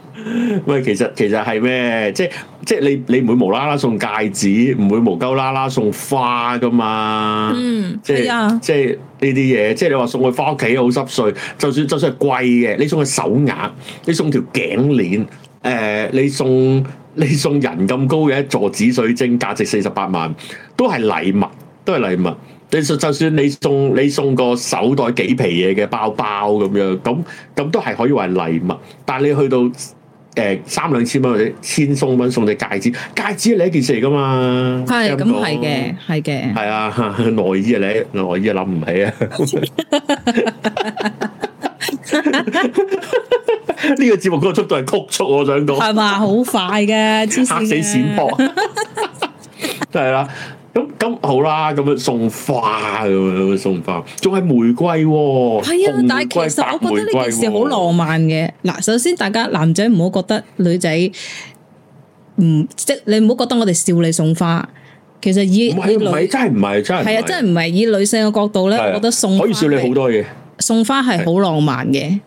喂，其實其實係咩？即即你你唔會無啦啦送戒指，唔會無鳩啦啦送花噶嘛？
嗯
即
係啊
係即係呢啲嘢，即係你話送佢翻屋企好濕碎，就算就算係貴嘅，你送佢手鐲，你送條頸鏈，誒、你送 你送人咁高嘅一座紫水晶，價值四十八萬，都係禮物，都係禮物。你就就算你送你送個手袋幾皮嘢嘅包包咁樣，咁咁都係可以話係禮物。但係你去到誒、三兩千蚊或者千鬆蚊送隻戒指，戒指係你一件事嚟噶嘛？
係咁
聽講
係嘅，係嘅。
係啊，內衣啊，你內衣啊諗唔起啊！呢個節目嗰個速度係曲速，我想講
系嘛，好啊快 嘅，黐線嘅
嚇死閃！波，係啦。咁咁好啦，咁樣送花咁樣送花，仲係玫瑰喎、
係啊
紅，
但
玫
係
瑰、
其實
白
我覺
玫
得呢
瑰
件事
喎
好浪漫嘅。嗱，首先大家男仔唔好覺得女仔唔即係你唔好覺得我哋笑你送花，其實以
唔係
以
唔係
女
真係唔係真係
係啊，
唔係
真係唔係以女性嘅角度咧，
係啊
我覺得送
可以
花
笑你
係
好多嘢，
送花係好浪漫嘅。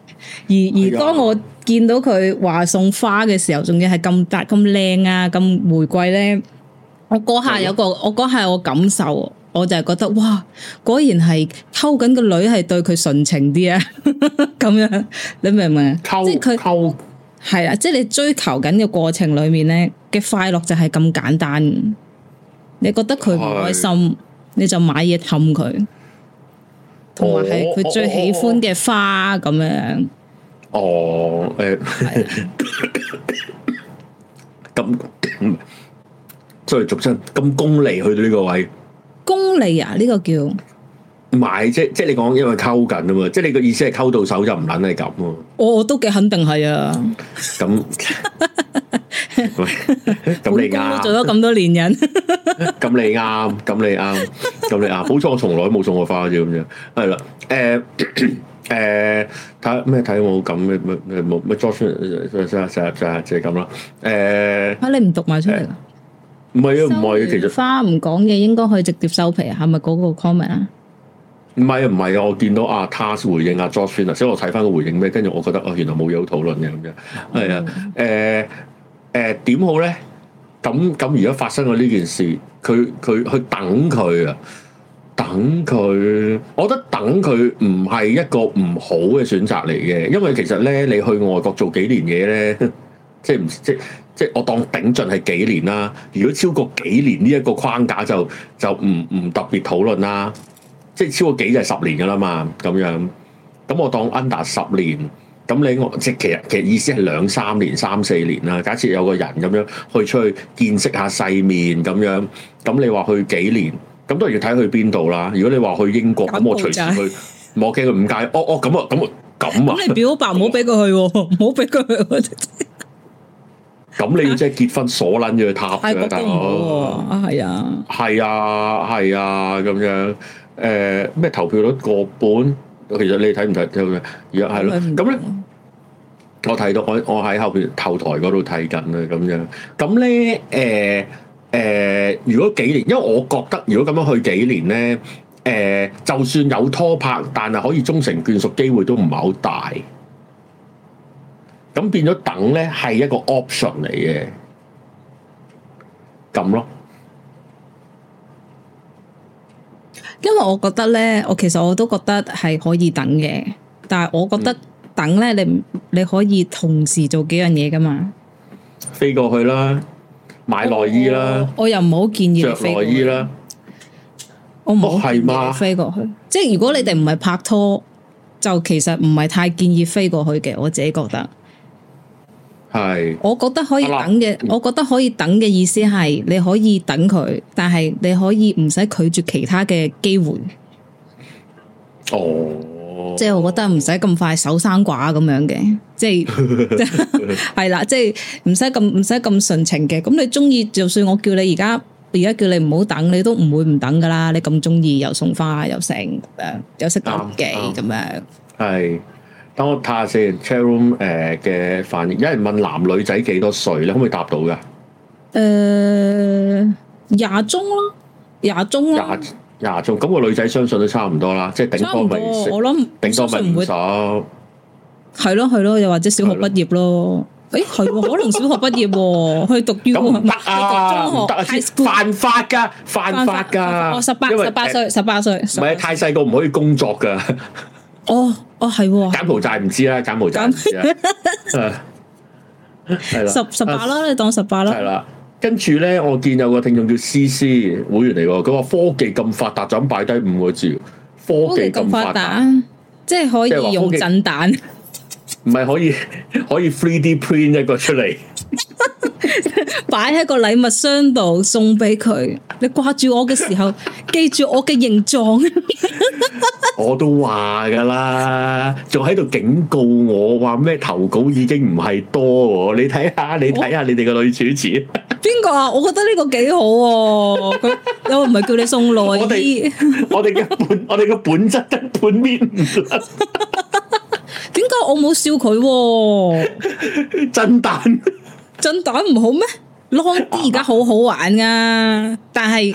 而而
係啊
當我見到佢話送花嘅時候，仲要係咁大咁靚啊，咁玫瑰咧，我嗰下有個我嗰下有個感受，我就係覺得哇，果然係溝緊個女係對佢純情啲啊， 咁樣你明唔明啊？即係佢
溝溝
係啦，即係你追求緊嘅過程裏面咧嘅快樂就係咁簡單。你覺得佢唔開心，你就買嘢氹佢，同埋係佢最喜歡嘅花咁樣。
哦誒，咁即係俗真咁功利去到呢個位。
功利啊，呢、個叫
買啫，即係你講因為溝緊啊嘛，即係你個意思係溝到手就唔撚係咁喎，
我我都幾肯定係啊，
咁喂咁你
本宮都做
啱，
咗咁多 年人，
咁你啱，咁你啱，咁你啱，好彩我從來冇送過花啫咁樣，係啦，誒誒睇下咩睇冇咁咩咩咩冇咩 George 就就就就即係咁啦，誒
啊你唔讀埋出嚟啊？
唔係啊唔係啊，其實
收完花唔講嘢，應該可以直接收皮啊？係咪嗰個 comment 啊？
唔係啊，唔係啊，我見到阿 Tas 回應阿 George Finner，所以我睇翻個回應咩，跟住我覺得哦，原來冇嘢好討論嘅咁樣，係啊，誒誒點好咧？咁咁而家發生咗呢件事，佢佢去等佢啊，等佢，我覺得等佢唔係一個唔好嘅選擇嚟嘅，因為其實咧，你去外國做幾年嘢咧，即係唔即即我當頂盡係幾年啦。如果超過幾年呢一個框架就就唔唔特別討論啦。即係超過幾就係十年㗎啦嘛，咁樣。咁我當 under 十年，咁你我即係其實其實意思係兩三年、三四年啦。假設有個人咁樣去出去見識下世面咁樣，咁你話去幾年？咁當然要睇去邊度啦。如果你話去英國，咁我隨
柬埔
時去，我驚佢五屆。哦哦，咁啊，咁啊，咁啊
咁，你表白唔好俾佢去喎，唔好俾佢去喎，
咁你要即係結婚鎖撚咗去塔
泰
㗎，
國
大
都唔
佬。
好喎，啊係啊。
係啊，係啊，咁樣誒咩投票率過半？其實你睇唔睇？睇唔睇而家係咯，
嗯
咁咧。我睇到我我喺後邊後台嗰度睇緊啦，咁樣咁咧誒誒，如果幾年，因為我覺得如果咁樣去幾年咧，誒、就算有拖拍，但係可以終成眷屬機會都唔係好大。咁變咗等咧係一個 option 嚟嘅，咁咯，
因為我覺得咧，我其實我都覺得係可以等嘅，但係我覺
嗯
得等咧，你唔你可以同時做幾樣嘢噶嘛。
飛過去啦，買內衣啦，
我，我又唔好建議你
着
哦飛過
內
去
衣，啦，
我唔好
哦
建
係
議你
嘛
飛過去。即係如果你哋唔係拍拖，就其實唔係太建議飛過去嘅。我自己覺得，
係
我覺得可以
好啦
等嘅，我覺得可以等嘅意思係你可以等佢，但係你可以唔使拒絕其他嘅機會。
哦，
即係我覺得唔使咁快手生寡咁樣嘅， 即係係啦，即係唔使咁唔使咁純情嘅。咁你中意，就算我叫你而家而家叫你唔好等，你都唔會唔等噶啦。你咁中意又送花又成誒，又識打機
啱啱
咁樣，
係，等我睇下先。chat room 誒嘅反應，有人問男女仔幾多歲咧，可唔可以答到㗎？
誒廿中咯，廿中咯
廿，廿中，咁個女仔相信都差唔多啦，即係頂
嗯差
多
唔多。
咪四
我諗
頂
相
多
信唔
咪五
會
十。係
係咯係咯，又或者小學
係咯
畢業咯。誒係喎，可能小學畢業喎，去讀 U
咁唔得啊，
去讀
唔得啊，
中學 high
先
school。
犯法㗎，犯法㗎。
我哦十八
因為
十八。
誒
歲，十八歲。
唔係太細個唔可以工作㗎，
哦哦係喎，
柬埔寨唔知啦，柬埔寨唔知啦，啊 係啦，
十十八
啊
啦，你當十八
係
啦。
啦。跟住咧，我見有個聽眾叫 C C 會員嚟喎，佢話科技咁發達，就咁擺低五個字，科技咁發達，，
即係可以用震蛋，
唔係可以 可以 three D print 一個出嚟，
擺喺個禮物箱度送俾佢。你掛住我嘅時 候，記住我嘅形狀。
我都話㗎啦，仲喺度警告我話咩投稿已經唔係多喎，你睇下你睇下你哋個女主持，
邊個啊？我覺得呢個幾好喎。佢又唔係叫你送
我
內衣
哋，我哋嘅本我哋嘅本質根本搣唔甩
點解我冇笑佢喎？
真蛋。
震蛋唔好咩？ long 啲而家好好玩啊！但係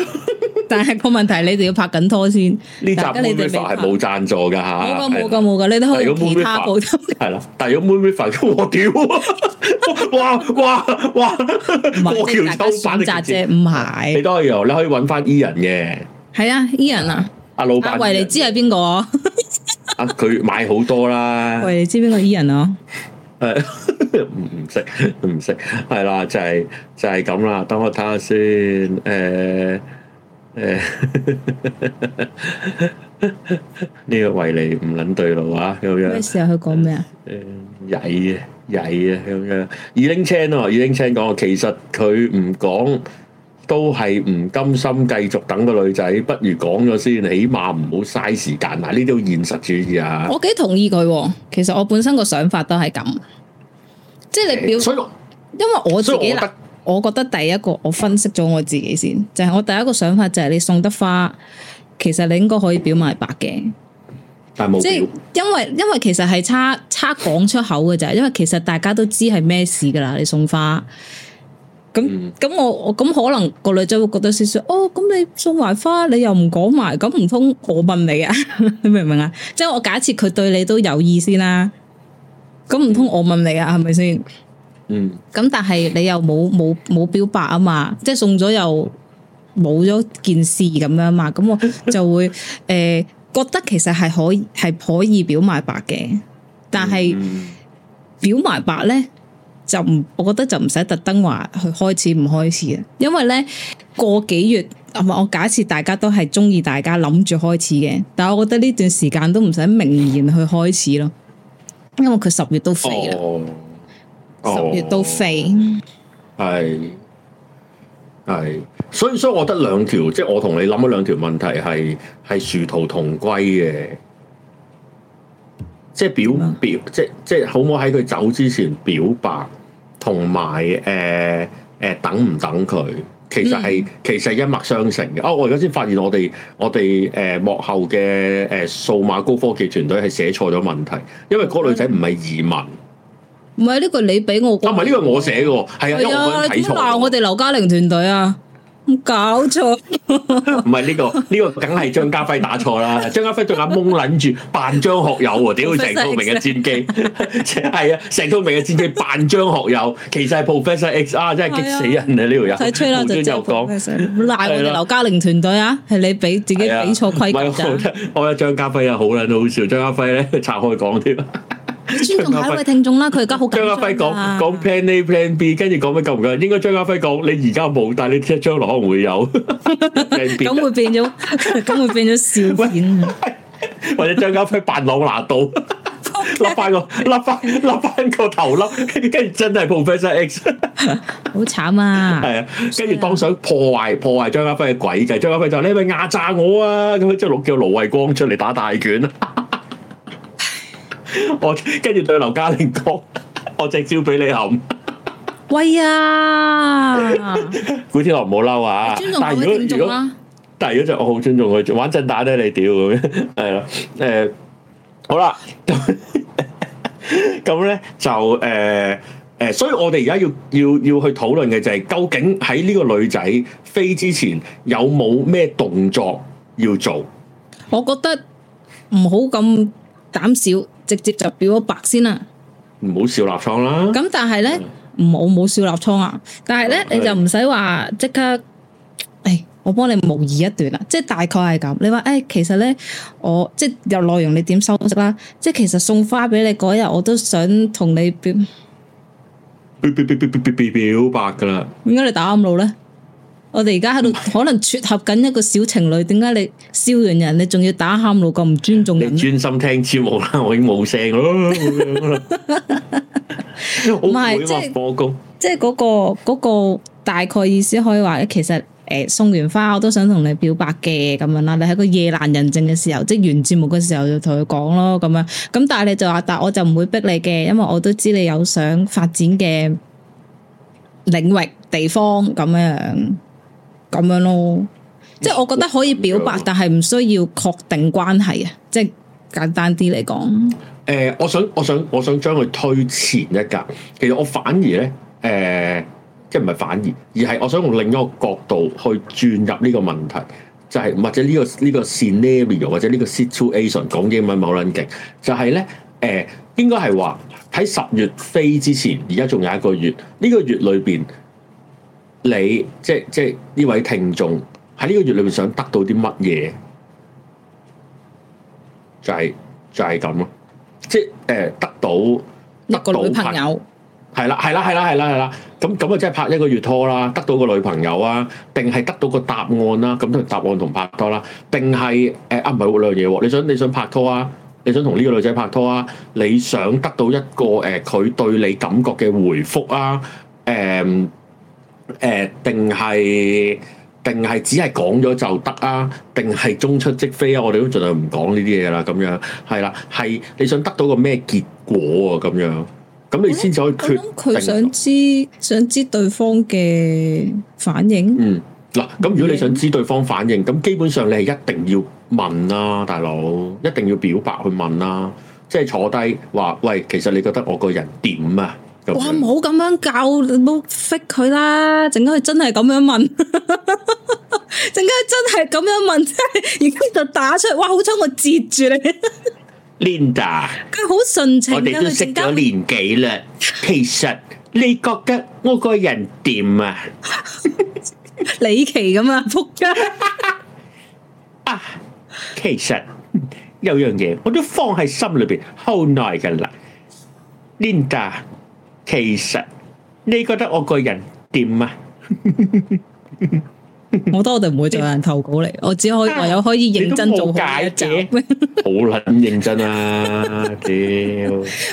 但係個問題，你哋要拍緊拖先，
呢集
大家
Moon
你哋
River
未
係
拍
冇贊助㗎吓，
冇噶冇噶冇噶，你都可以用其他部頭
係啦，但係如果 Moon River，我屌，啊 哇哇哇，
唔 係即係大家
過橋抽板
選擇啫，唔
你
係
都可以用，你可以揾翻 E 人嘅
係啊，Ian 啊，
阿老
阿
闆，
維尼知係邊個啊？
啊，佢買好多啦，
維尼知邊個 Ian 啊？
誒 唔唔識唔識，係啦，就係就係咁啦。等我睇下先，誒誒 呢個維尼唔撚對路啊，咁樣
咩。時候佢講咩啊？
誒曳嘅曳嘅咁樣，二拎青咯，二拎青講，其實佢唔講都係唔甘心繼續等個女仔，不如講咗先，起碼唔好嘥時間。嗱，呢啲好現實主義啊！
我幾同意佢喎，其實我本身個想法都係咁，即係你表，
所以我
因為我自
所以
己
我覺
嗱
得，
我覺得第一個我分析咗我自己先，就係、我第一個想法就係你送得花，其實你應該可以表埋白嘅，
但係冇
即係
表，
因為因為其實係差差講出口嘅咋，因為其實大家都知係咩事噶啦，你送花。咁
嗯
咁我我咁可能個女仔會覺得少少哦，咁你送埋花你又唔講埋，咁唔通我問你啊？ 你明唔明啊？即係我假設佢對你都有意先啦，咁唔通我問你啊？係咪先？
嗯，
咁但係你又冇冇冇表白啊嘛，即係送咗又冇咗件事咁樣嘛，咁 我就會誒、呃、覺得其實係可以係可以表埋白嘅，但係
嗯
表埋白咧就唔，我覺得就唔使特登話去開始唔開始啊，因為咧過幾月。啊唔係我假設大家都係中意大家諗住開始嘅，但係我覺得呢段時間都唔使明言去開始咯，因為佢十月都肥啦，
哦，
十月都
哦
肥。
係係，所以所以我覺得兩條，即係我同你諗咗兩條問題係係殊途同歸嘅，即係表
嗯
表，即即係好唔好喺佢走之前表白，同埋誒誒等唔等佢，其實
嗯
係、其實係一脈相承嘅。哦，我而家先發現我哋我哋誒、呃幕後嘅誒、呃、數碼高科技團隊係寫錯咗問題，因為嗰個女仔唔係移
哦
民，啊啊
唔係呢個你俾我，
唔係呢個我寫嘅喎，係啊，因為
係
我個
啊，
人睇
點
錯
鬧
咗。
我哋劉嘉玲團隊啊？咁搞錯，
唔係呢個呢、個梗係張家輝打錯啦！張家輝仲阿蒙撚住扮張學友喎，屌成套明日戰機，係啊，成套明日戰機扮張學友，其實係 Professor X 啊，真係激死人啊！呢條友
睇吹啦
無
就
端
即
又講。
鬧我哋劉嘉玲團隊啊，係你俾自己俾
係啊
錯規
唔
矩
係我覺
咋？
得我覺得張家輝啊好撚好笑，張家輝咧 拆開講添，
啊你尊重下一位聽眾啦，佢而家好緊
張家
張
輝講
啊
講 Plan A Plan B，跟住講咩夠唔夠？應該張家輝講你而家冇，但係你即將來可能 會有 Plan B，
咁會變咗， 咁會變咗笑片啊。
或者張家輝扮朗拿度。笠翻個笠翻笠翻個頭笠，跟住真係 Professor X，
好慘啊！
係啊，跟住當想破壞破壞張家輝嘅詭計，張家輝就話你係咪壓榨我啊？咁樣即係攞叫盧慧光出嚟打大拳啊！我跟住對劉嘉玲講，我隻招俾你冚，
喂 啊，
古天樂唔好嬲啊！
尊重下一
但係
位
如
聽眾啊
果如果
啦。
但係如果就我好尊重佢，玩震打咧你屌咁樣，係啦，誒好啦，咁咁咧就誒誒、呃所以我哋而家要要要去討論嘅就係究竟喺呢個女仔飛之前有冇咩動作要做？
我覺得唔好咁膽小，直接就表咗白先啦。
唔好笑立倉啦，
咁但係咧，唔我冇少立倉啊！但係咧，
係
你就唔使話即刻，誒，我幫你模擬一段啦，即係大概係咁。你話誒、其實咧，我即係有內容，你點修飾啦？即係其實送花俾你嗰日，我都想同你表，
表表表表表表表白噶啦，
點解你打暗路咧？我哋而家喺度可能撮合緊一個小情侶，點解你笑完人，你仲要打喊路咁唔尊重
你
人呢？
專心聽節目啦，我已經冇聲咯，咁樣啦好
唔係
攰
即
啊
係
嘛，放工。
即係嗰、個嗰個大概意思可以話，其實誒、呃送完花我都想同你表白嘅咁樣啦。你喺個夜闌人靜嘅時候，即係完節目嘅時候就同佢講咯咁樣。咁但係你就話，但我就唔會逼你嘅，因為我都知你有想發展嘅領域地方咁樣咁樣咯。即
嗯
係我覺得可以表白
咁樣，
但係唔需要確定關係啊。即係簡單啲嚟講，
誒、我想我想我想將佢推前一格。其實我反而咧，誒、呃即係唔係反而，而係我想用另一個角度去轉入呢個問題，就係、或者呢、個呢、個 scenario 或者呢個 situation 講英文冇撚勁，就係咧誒應該係話喺十月飛之前，而家仲有一個月，呢、個月裏邊你即係即係呢位聽眾喺呢個月裏邊想得到啲乜嘢，就係、就係咁咯，即係誒、得到
一個女朋友，
係啦，係啦，係啦，係啦，係啦。咁咁啊，即係拍一個月拖啦，得到個女朋友啊，定係得到個答案啦。咁同答案同拍拖啦，定係誒啊唔係喎兩樣嘢喎。你想你想拍拖啊？你想同呢個女仔拍拖啊？你想得到一個誒佢、對你感覺嘅回覆啊？誒、誒，定係定係只係講咗就得啊？定係中出即飛啊？我哋都盡量唔講呢啲嘢啦，咁樣係啦，係你想得到個咩結果啊？咁樣咁你先至可以
我
決定
諗佢想知想知對方嘅反應。
嗯，嗱，咁如果你想知對方反應，咁基本上你係一定要問啦，大佬，一定要表白去問啦，即係坐低話，喂，其實你覺得我個人點啊？咁
哇！
樣
唔好咁樣教，唔好 f 佢啦！陣間佢真係咁樣問， 陣間佢真係咁樣問，即係已經就打出嚟。哇！好彩我截住你，
，Linda，
佢好純情
我哋
嘅。
都
佢
識
陣間
咗年幾啦，其實你覺得我個人點啊？
李琦咁啊，仆街！
啊，其實有樣嘢我都放喺心裏邊好耐㗎啦。Linda，其實你覺得我個人點啊？
我覺得我哋唔會再有人投稿 嚟，我只可以
啊
唯有可以認真
你都
做
冇
好呢一集。
解好撚認真 啊！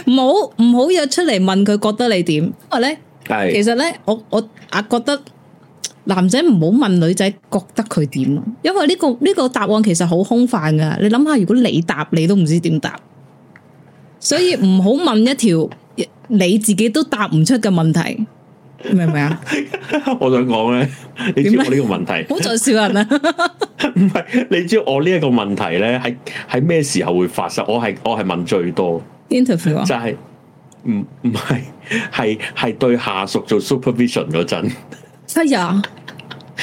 屌，
唔好唔好約出嚟問佢覺得你點，因為咧。其
係
實咧，我我啊覺得男仔唔好問女仔覺得佢點咯，因為呢、個呢、個答案其實好空泛噶。你諗下，如果你答，你都唔知點答，所以唔好問一條你自己都答唔出嘅問題，明唔明 啊？
我想講咧，你知
點
我
咧
呢個問題
唔好再笑人啊啦！
唔係，你知我呢一個問題咧，喺喺咩時候會發生？我係我係問最多，
interview 啊
就，係唔唔係係係對下屬做 supervision 嗰陣。
哎呀，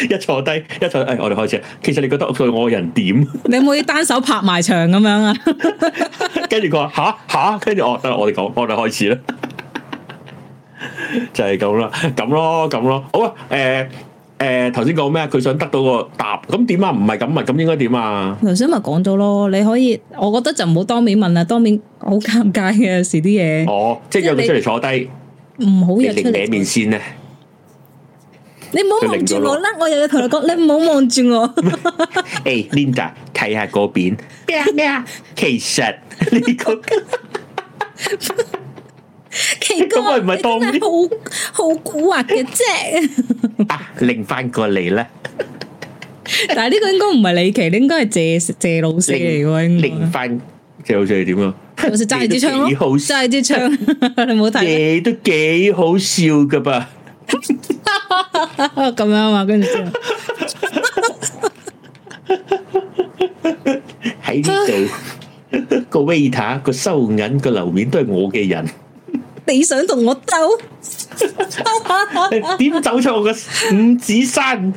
一坐低，一坐低，哎，我哋開始。其實你覺得對我個人點？
你有冇要單手拍埋牆咁樣啊？
跟住佢話吓吓，跟住我得啦，我哋講，我哋開始啦， 就係咁啦，咁咯，咁咯，好啊，誒、誒，頭先講咩？佢想得到個答，咁點啊？唔係咁問，咁應該點啊？
頭先咪講咗咯，你可以，我覺得就唔好當面問啦，當面好尷尬嘅有時啲嘢，
哦，即係約佢出嚟坐低，
唔好
你
約出
擰
嚟
你。面先咧，
你唔好望住我啦，我又要同你講，你唔好望住我。
誒、Linda 睇下嗰邊咩啊咩啊，其實 呢個。
奇哥，啊
咁咪唔係當面
你真係好好蠱惑嘅 啫。
啊，擰翻過嚟啦，
但係呢個應該唔係李琦，你應該係謝謝老師嚟嘅喎，應
擰翻，即係好似係點啊？
該。老師揸住支槍
你都幾好
咯，揸住支槍， 你冇睇
嘢都幾好笑噶噃。
咁樣啊嘛？跟住之後，
喺呢度個 waiter 個收銀個樓面都係我嘅人，
你想同我鬥？
點走出我個五指山？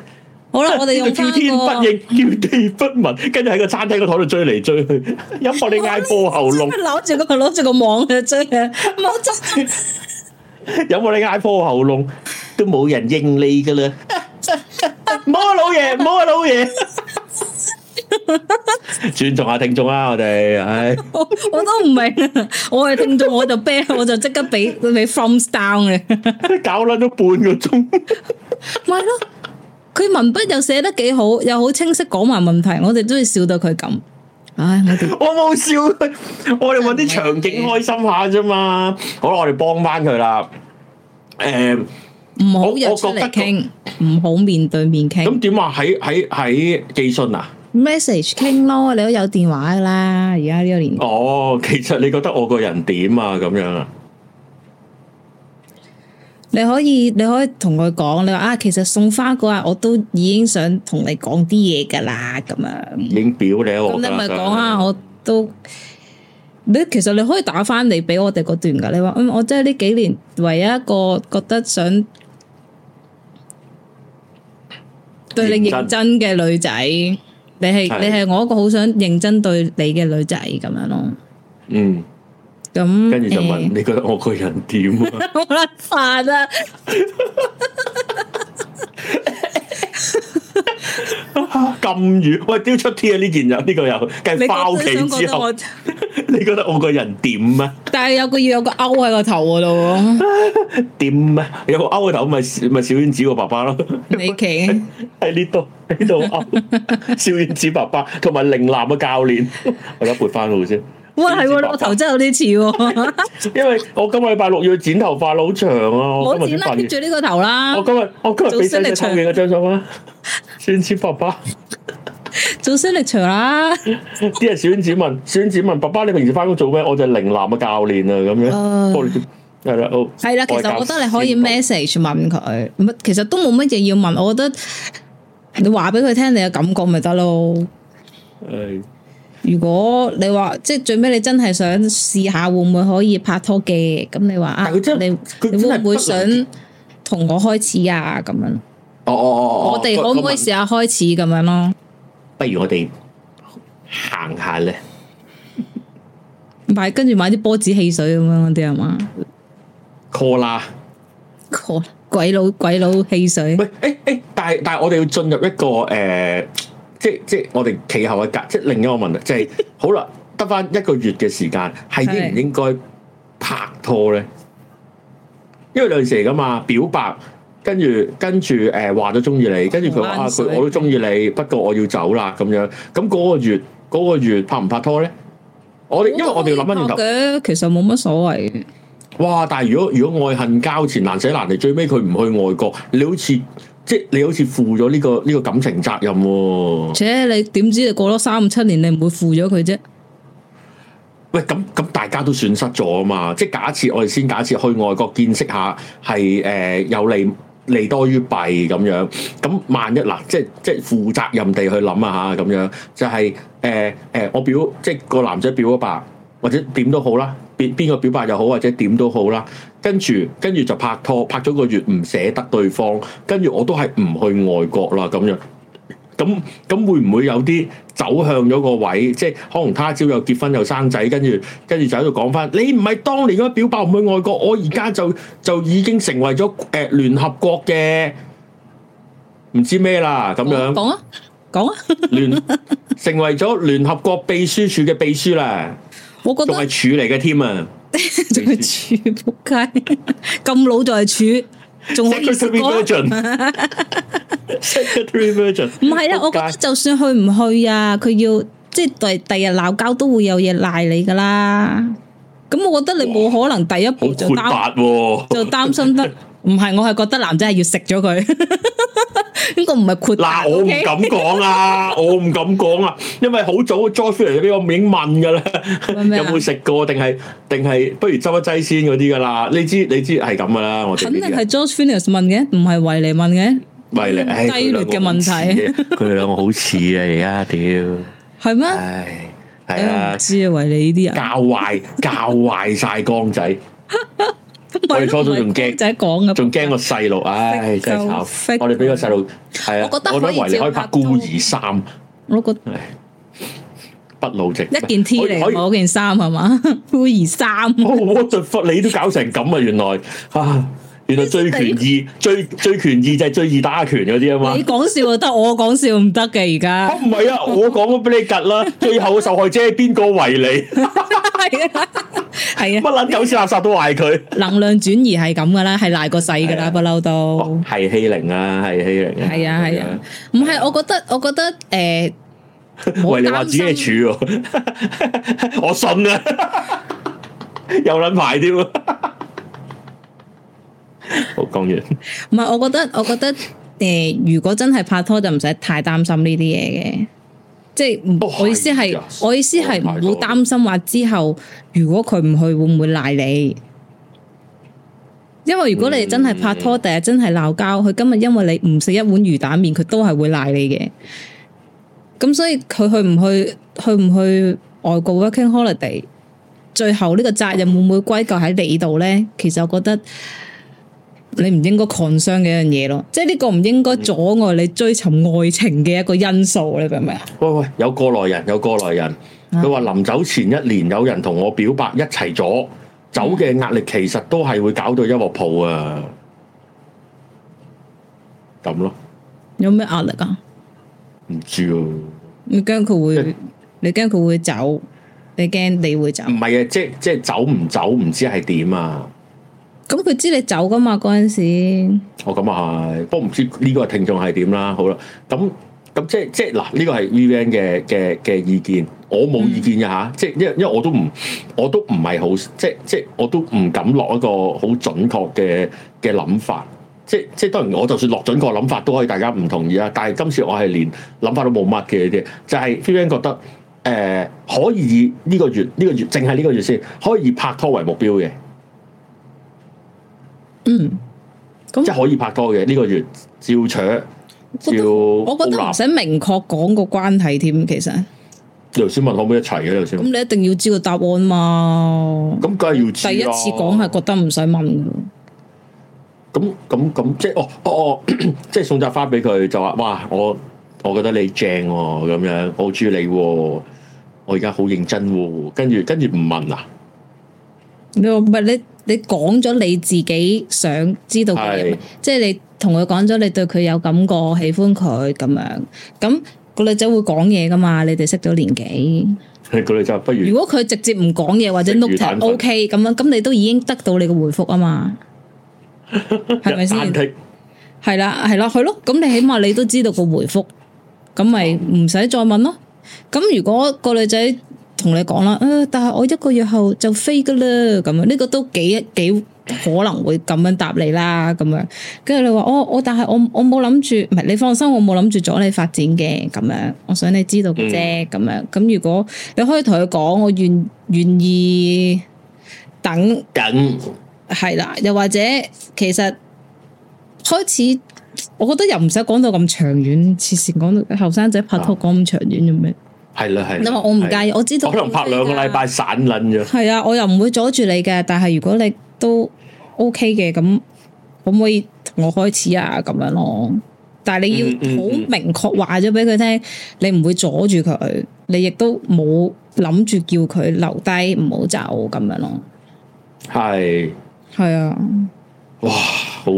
好啦，我哋用
叫
翻
天不
個。
應，叫地不聞，跟住喺個餐廳個台度追嚟追去，音樂你嗌破喉嚨，
攞住個攞住個網去追 嘅，唔好追。
音樂你嗌破喉嚨，都冇人應你噶啦！唔好啊，老爺，唔好啊，老爺！尊重下聽眾啦，我哋，唉，
我我都唔明啊！我係聽眾，我就啤，我就即刻俾俾 thumbs down 嘅。
搞撚咗半個鐘，
咪咯，佢文筆又寫得幾好，又好清晰講埋問題，我哋都要笑到佢咁。唉，我哋
我冇笑，我哋揾啲場景開心下啫嘛。好啦，我哋幫翻佢啦。誒，
唔好
我
約出
我覺得
嚟傾，唔好面對面傾
咁點啊？喺喺喺寄信啊？
，message 傾咯，你都有電話噶啦，而家呢個年代，
哦，其實你覺得我個人點啊？咁樣啊？
你可以你可以同佢講，你話啊，其實送花嗰日我都已經想同你講啲嘢噶啦，咁樣，
已經表你喺
咁
我
你
㗎啦
咪講啊，。我都。你其實你可以打翻嚟俾我哋嗰段噶，你話嗯，我真係呢幾年唯一一個覺得想對你
認
認真嘅女仔，你係
係
你係我一個好想認真對你嘅女仔咁樣咯。
嗯，
咁
跟住就問
嗯誒
你覺得我個人點啊？
好啦，煩啊！
咁遠，喂，丟出 T 啊！呢件又呢個又
你
計包
覺得
期
想覺
之
得
後
我，，
你覺得我個人點啊？
但係有個要有個勾喺個頭嗰 度喎。
點啊？有個勾頭咪咪小丸子個爸爸咯，
你奇
喺呢度呢度勾小丸子爸爸同埋陵南嘅教練，我而家撥翻路先。
哇，係
小
喎，
丸
你
子
個
爸
頭
爸
真係有啲似
哦
喎。
因為我今個禮拜六要剪頭髮啦，好長啊！我
我
今
剪
日先
啦，
發現
貼。住呢個頭啦
我。今日我今日俾
做
仔
signature
仔偷影嗰張相啊，小丸子爸爸，
做 signature 啦，
啲人小丸子問，小丸子問爸爸你平時翻工做咩？我就係陵南嘅教練啊，咁樣。
啊
我哋係啦，好
係啦。其
外交
實我覺得你可以
先導
message 問佢，唔係其實都冇乜嘢要問。我覺得你話俾佢聽你嘅感覺咪得咯。
誒
如果你話即係最尾你真係想試下會唔會可以拍拖嘅，咁你話啊，
但佢真係
你
佢
你
真
會
係
唔會
不
想
能
同我開始啊？咁樣，
哦哦哦哦，
我哋
個
可唔可以
個
試下開始咁樣咯？
不如我哋行下咧，
買跟住買啲波子汽水咁樣嗰啲係嘛？
call 啦。
好啊鬼佬鬼佬汽水
喂，誒誒，但係但係我哋要進入一個誒、呃即即我哋企後嘅格，即另一個問題，即係好啦，得翻一個月嘅時間，係應唔應該拍拖咧？因為有陣時嚟噶嘛，表白。跟住跟住誒話咗中意你，跟住佢話啊
玩水
佢我都中意你，不過我要走啦咁樣。咁嗰個月嗰、個月拍唔拍拖咧？我哋因為我哋要諗翻轉頭，
嘅，其實冇乜所謂嘅。
哇！但係如果如果愛恨交纏難捨難離，最尾佢唔去外國，你好似即係你好似負咗呢、個呢、個感情責任喎、
且你點知你過咗三五七年，你唔會負咗佢啫？
喂，咁咁大家都損失咗啊嘛！即係假設我哋先假設去外國見識下係誒、呃有利利多於弊咁樣，咁萬一嗱，即係即係負責任地去諗啊嚇咁樣，就係誒誒我表即係個男仔表咗白，或者點都好啦，邊邊個表白又好，或者點都好啦，跟住跟住就拍拖，拍咗個月唔捨得對方，跟住我都係唔去外國啦咁樣。咁咁會唔會有啲走向咗個位？即係可能他朝又結婚又生仔，跟住跟住就喺度講翻，你唔係當年嗰表白唔去外國，我而家就就已經成為咗誒、呃、聯合國嘅唔知咩啦咁樣，
講啊講啊，
聯成為咗聯合國秘書處嘅秘書啦，
我覺
仲
得
係處嚟嘅添啊！
仲係處仆街，咁老就係處，仲可以食
Secretary
過
Virgin。Secretary Virgin。
唔係啊，我覺得就算去唔去啊，佢要即係第第日鬧交都會有嘢賴你噶啦。咁我覺得你冇可能第一
好
步就
闊
擔
八喎。
就擔心得，唔係我係覺得男仔係要食咗 佢，呢個唔係豁達
嗱，我唔
啊 OK？
敢講 啊，我唔敢講啊，因為好早 George f r e e 俾我已經問㗎啦，
問咩啊
有冇食過定係定係不如執一劑先嗰啲㗎啦。你知你知係咁㗎啦，我哋
肯
呢
定
啲
係
人
George Phineas 問嘅，唔係維尼問嘅，
喂你，唉，
低劣嘅問題
佢兩個好似啊佢哋兩個好似啊，而 家屌，
係
À.
咩？
唉，
唉
係
我
啊
唔，知啊，維尼呢啲人，
教壞教壞晒 光仔，我哋初初仲驚
仔講嘅，
仲驚個細路，唉，真係
就
慘
識！
我哋俾個細路係啊，
我覺得
我
可以
維尼
照
可以拍
拍
孤
拖
兒三，
我覺得
唉不老直
一件 T
可以
嚟
可以
喎，我件衫係嘛， 孤兒衫。
哦，我就忽你都搞成咁啊！原來啊，原來最拳二最最拳二就係最易打拳嗰啲啊嘛
你。講笑就得，我講笑唔得嘅而
啊，
家。
唔 係啊，我講咗俾你趌啦，最後嘅受害者係邊個 為你？
係啊，係
乜
啊，
撚狗屎垃圾都賴佢。
能量轉移係咁噶啦，係賴個細噶
係
啦，
啊
不嬲都
哦。係欺凌啊，係欺凌啊。
係啊係啊，唔係我覺得，我覺得誒，唔好
喂，你話自己
擔
係
心
處喎， 我信啊，有撚排添啊。好，講完。
唔係我覺得，我覺得誒，如果真係拍拖就唔使太擔心呢啲嘢嘅。即係唔
哦係
我意思係
㗎，
我意思係唔
我係
好擔心話之後，如果佢唔去會唔會賴你？因為如果你真係拍拖，第日真係鬧交，佢今日因為你唔食一碗魚蛋麵，佢都係會賴你嘅。咁所以佢去唔去，去唔去外國 working holiday，最後呢個責任會唔會歸咎喺你度咧？其實我覺得你唔應該 concern 嘅一樣嘢咯，即係呢個唔應該阻礙你追尋愛情嘅一個因素，你明唔明啊？
喂喂，有過來人，有過來人，佢話臨走前一年有人同我表白一齊咗，走嘅壓力其實都係會搞到一鑊泡啊，咁咯，
有咩壓力啊？
唔知啊喎，
你驚佢
即
會，你驚佢會走，你驚你會走。
唔係啊，即係即係走唔走唔知係點啊，
咁佢知你走噶嘛？嗰陣時，
我咁啊係，不過唔知呢個聽眾係點啦，好啦，咁。咁即係即係嗱，呢個係 VVN 嘅嘅嘅意見，我冇
嗯
意見嘅吓，即係因為因為我都唔我都唔係好，即係即係我都唔敢落一個好準確嘅嘅諗法。即即當然，我就算落準個諗法都可以，大家唔同意啦。但係今次我係連諗法都冇乜嘅呢啲，就係 f i n 覺得誒、呃可以以呢個月呢、個月淨係呢個月先，可以以拍拖為目標嘅，
嗯，咁
即係可以拍拖嘅呢、個月照搶
我覺
照
得我覺得唔
立。
使明確講個關係添，其實
你頭先問可唔可以一齊嘅？你頭先
咁你一定要知個答案嘛。
咁梗係要知啊
第一
啦
次講係覺得唔使問㗎
咁咁咁，即係哦哦哦， 即係送扎花俾佢，就話哇，我我覺得你正喎、咁樣我好中意你喎、我而家好認真喎、跟住跟住唔問啊，
你話唔係你你講咗你自己想知道嘅嘢
係，
即係你同佢講咗你對佢有感覺，喜歡佢咁樣，咁、個女仔會講嘢噶嘛？你哋識咗年幾？
個女就不如
如果佢直接唔講嘢或者
食魚
note
蛋
tag
粉
OK 咁樣，咁你都已經得到你嘅回覆啊嘛，係咪先
單？剔
係啦，係啦，係咯。咁你起碼你都知道個回覆，咁咪唔使再問咯。咁如果個女仔同你講啦，啊，但係我一個月後就飛噶啦，咁樣呢個都幾幾可能會咁樣答你啦，咁樣。跟住你話，哦，我但係我我冇諗住，唔係你放心，我冇諗住阻你發展嘅，咁樣。我想你知道嘅啫，咁樣。咁如果你可以同佢講，我願願意等。
緊，
係啦，又或者其實開始，我覺得又唔使講到咁長遠，黐線講到後生仔拍拖講咁長遠做咩？
係啦啊係啦。
因為啊我唔
係
介意，我知道
我可能拍兩個禮拜散撚咗，
係啊，我又唔會阻住你嘅。但係如果你都 OK 嘅，咁可唔可以同我開始啊？咁樣咯。但係你要
嗯嗯嗯
好明確話咗俾佢聽，你唔會阻住佢，你亦都冇諗住叫佢留低唔好走咁樣咯。
係
係啊，
哇，好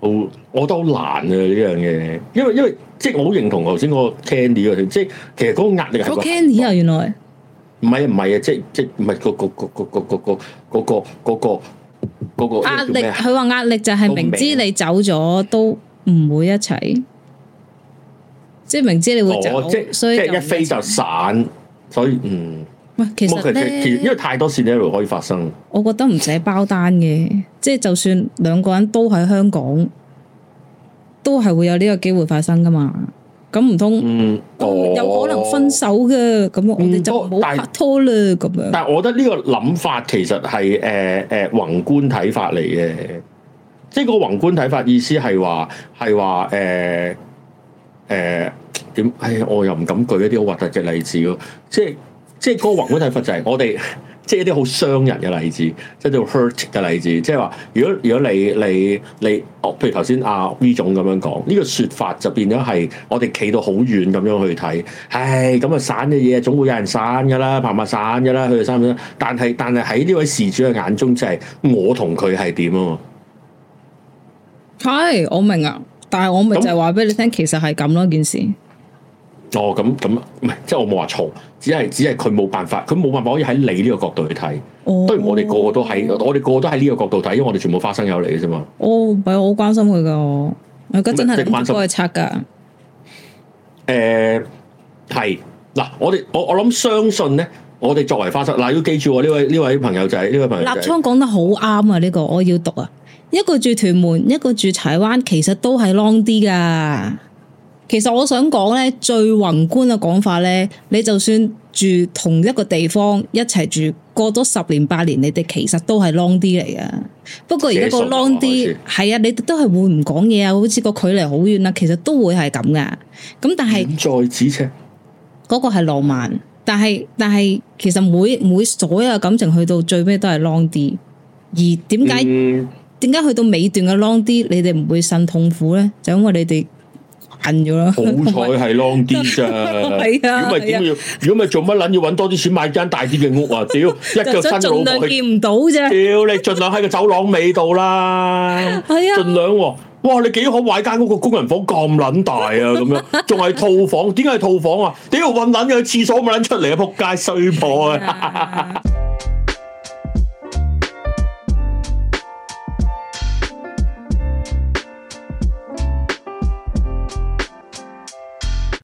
好，我覺得好難啊呢樣嘢，因為因為即係我好認同頭先嗰個 Candy 嗰條，即係其實嗰個壓力係
我
個
Candy 啊，原來
唔係啊，唔係啊，即係即係唔係個個個個個個個嗰個嗰個嗰個
壓
叫
力，
咩啊？啊
佢話壓力就係明知你走咗都唔會一齊，即係明知你會走，
哦，即係即
所以
係
就
一飛就散，所以嗯，
喂，其
咁
實
其實其實因
咧，
為太多 scenario 可以發生，
我覺得唔使包單嘅，即係就算兩個人都喺香港，都係會有呢個機會發生噶嘛。咁唔通
嗯，哦，
有可能分。手嘅，咁我哋就
嗯不
冇
但
拍拖啦，咁樣
但係我覺得呢個諗法其實係誒誒宏觀睇法嚟嘅，即係個宏觀睇法意思係話係話呃誒誒點？哎呀，我又唔敢舉一啲好核突嘅例子咯。即係即係嗰個宏觀睇法就係我哋即係一啲好傷人嘅例子，即係叫 hurt 嘅例子，即係話如果如果你你你，哦，譬如頭先阿 V 總咁樣講，呢、個説法就變咗係我哋企到好遠咁樣去睇，唉，咁啊散嘅嘢總會有人散㗎啦，慢慢散㗎啦，佢哋散唔散？但係但係喺呢位事主嘅眼中就係、我同佢係點啊嘛，
係我明啊，但係我咪就係話俾你聽，其實係咁咯件事。
哦咁咁唔係，即係我冇話嘈，只係只係佢冇辦法，佢冇辦法可以喺你呢個角度去睇。
哦
當然我哋個個都喺，我哋個個都喺呢個角度睇，因為我哋全部花生友嚟嘅啫嘛。
我唔係我好關心佢噶，我而家真係
咁咪即係關
諗
心
住幫佢拆噶。
誒係嗱，我哋我我諗相信咧，我哋作為花生嗱，要記住喎呢位呢位朋友仔，呢位朋友
立
仔，
倉講得好啱啊！呢個我要讀啊，一個住屯門，一個住柴灣，其實都係 long 啲噶。其實我想講咧，最宏觀嘅講法咧，你就算住同一個地方一齊住，過多十年八年，你哋其實都係 long 啲嚟噶。不過而家個
寫信啊
long
開
啲
始
係啊，你哋都係會唔講嘢啊，好似個距離好遠啦，啊其實都會係咁噶。咁但係。
遠在咫尺，
嗰個係浪漫，但係但係其實每每所有嘅感情去到最尾都係 long 啲，而點解
嗯
點解去到尾段嘅 long 啲，你哋唔會呻痛苦咧？就因為你哋硬咗咯。
好彩係 long 啲 咋，
係啊
如果唔係點要？如果唔係做乜撚要揾多啲錢買間大啲嘅屋啊？屌，一
就
腳
想
伸
盡
老
量
婆去，
見唔到 啫。
屌你盡量喺個走廊尾度啦，
係啊
盡，量喎。哇！你幾可買間屋個工人房咁撚大啊？咁樣仲係套房？點解係套房啊？屌運撚咗去廁所咪撚出嚟啊！仆街衰婆啊！
係啊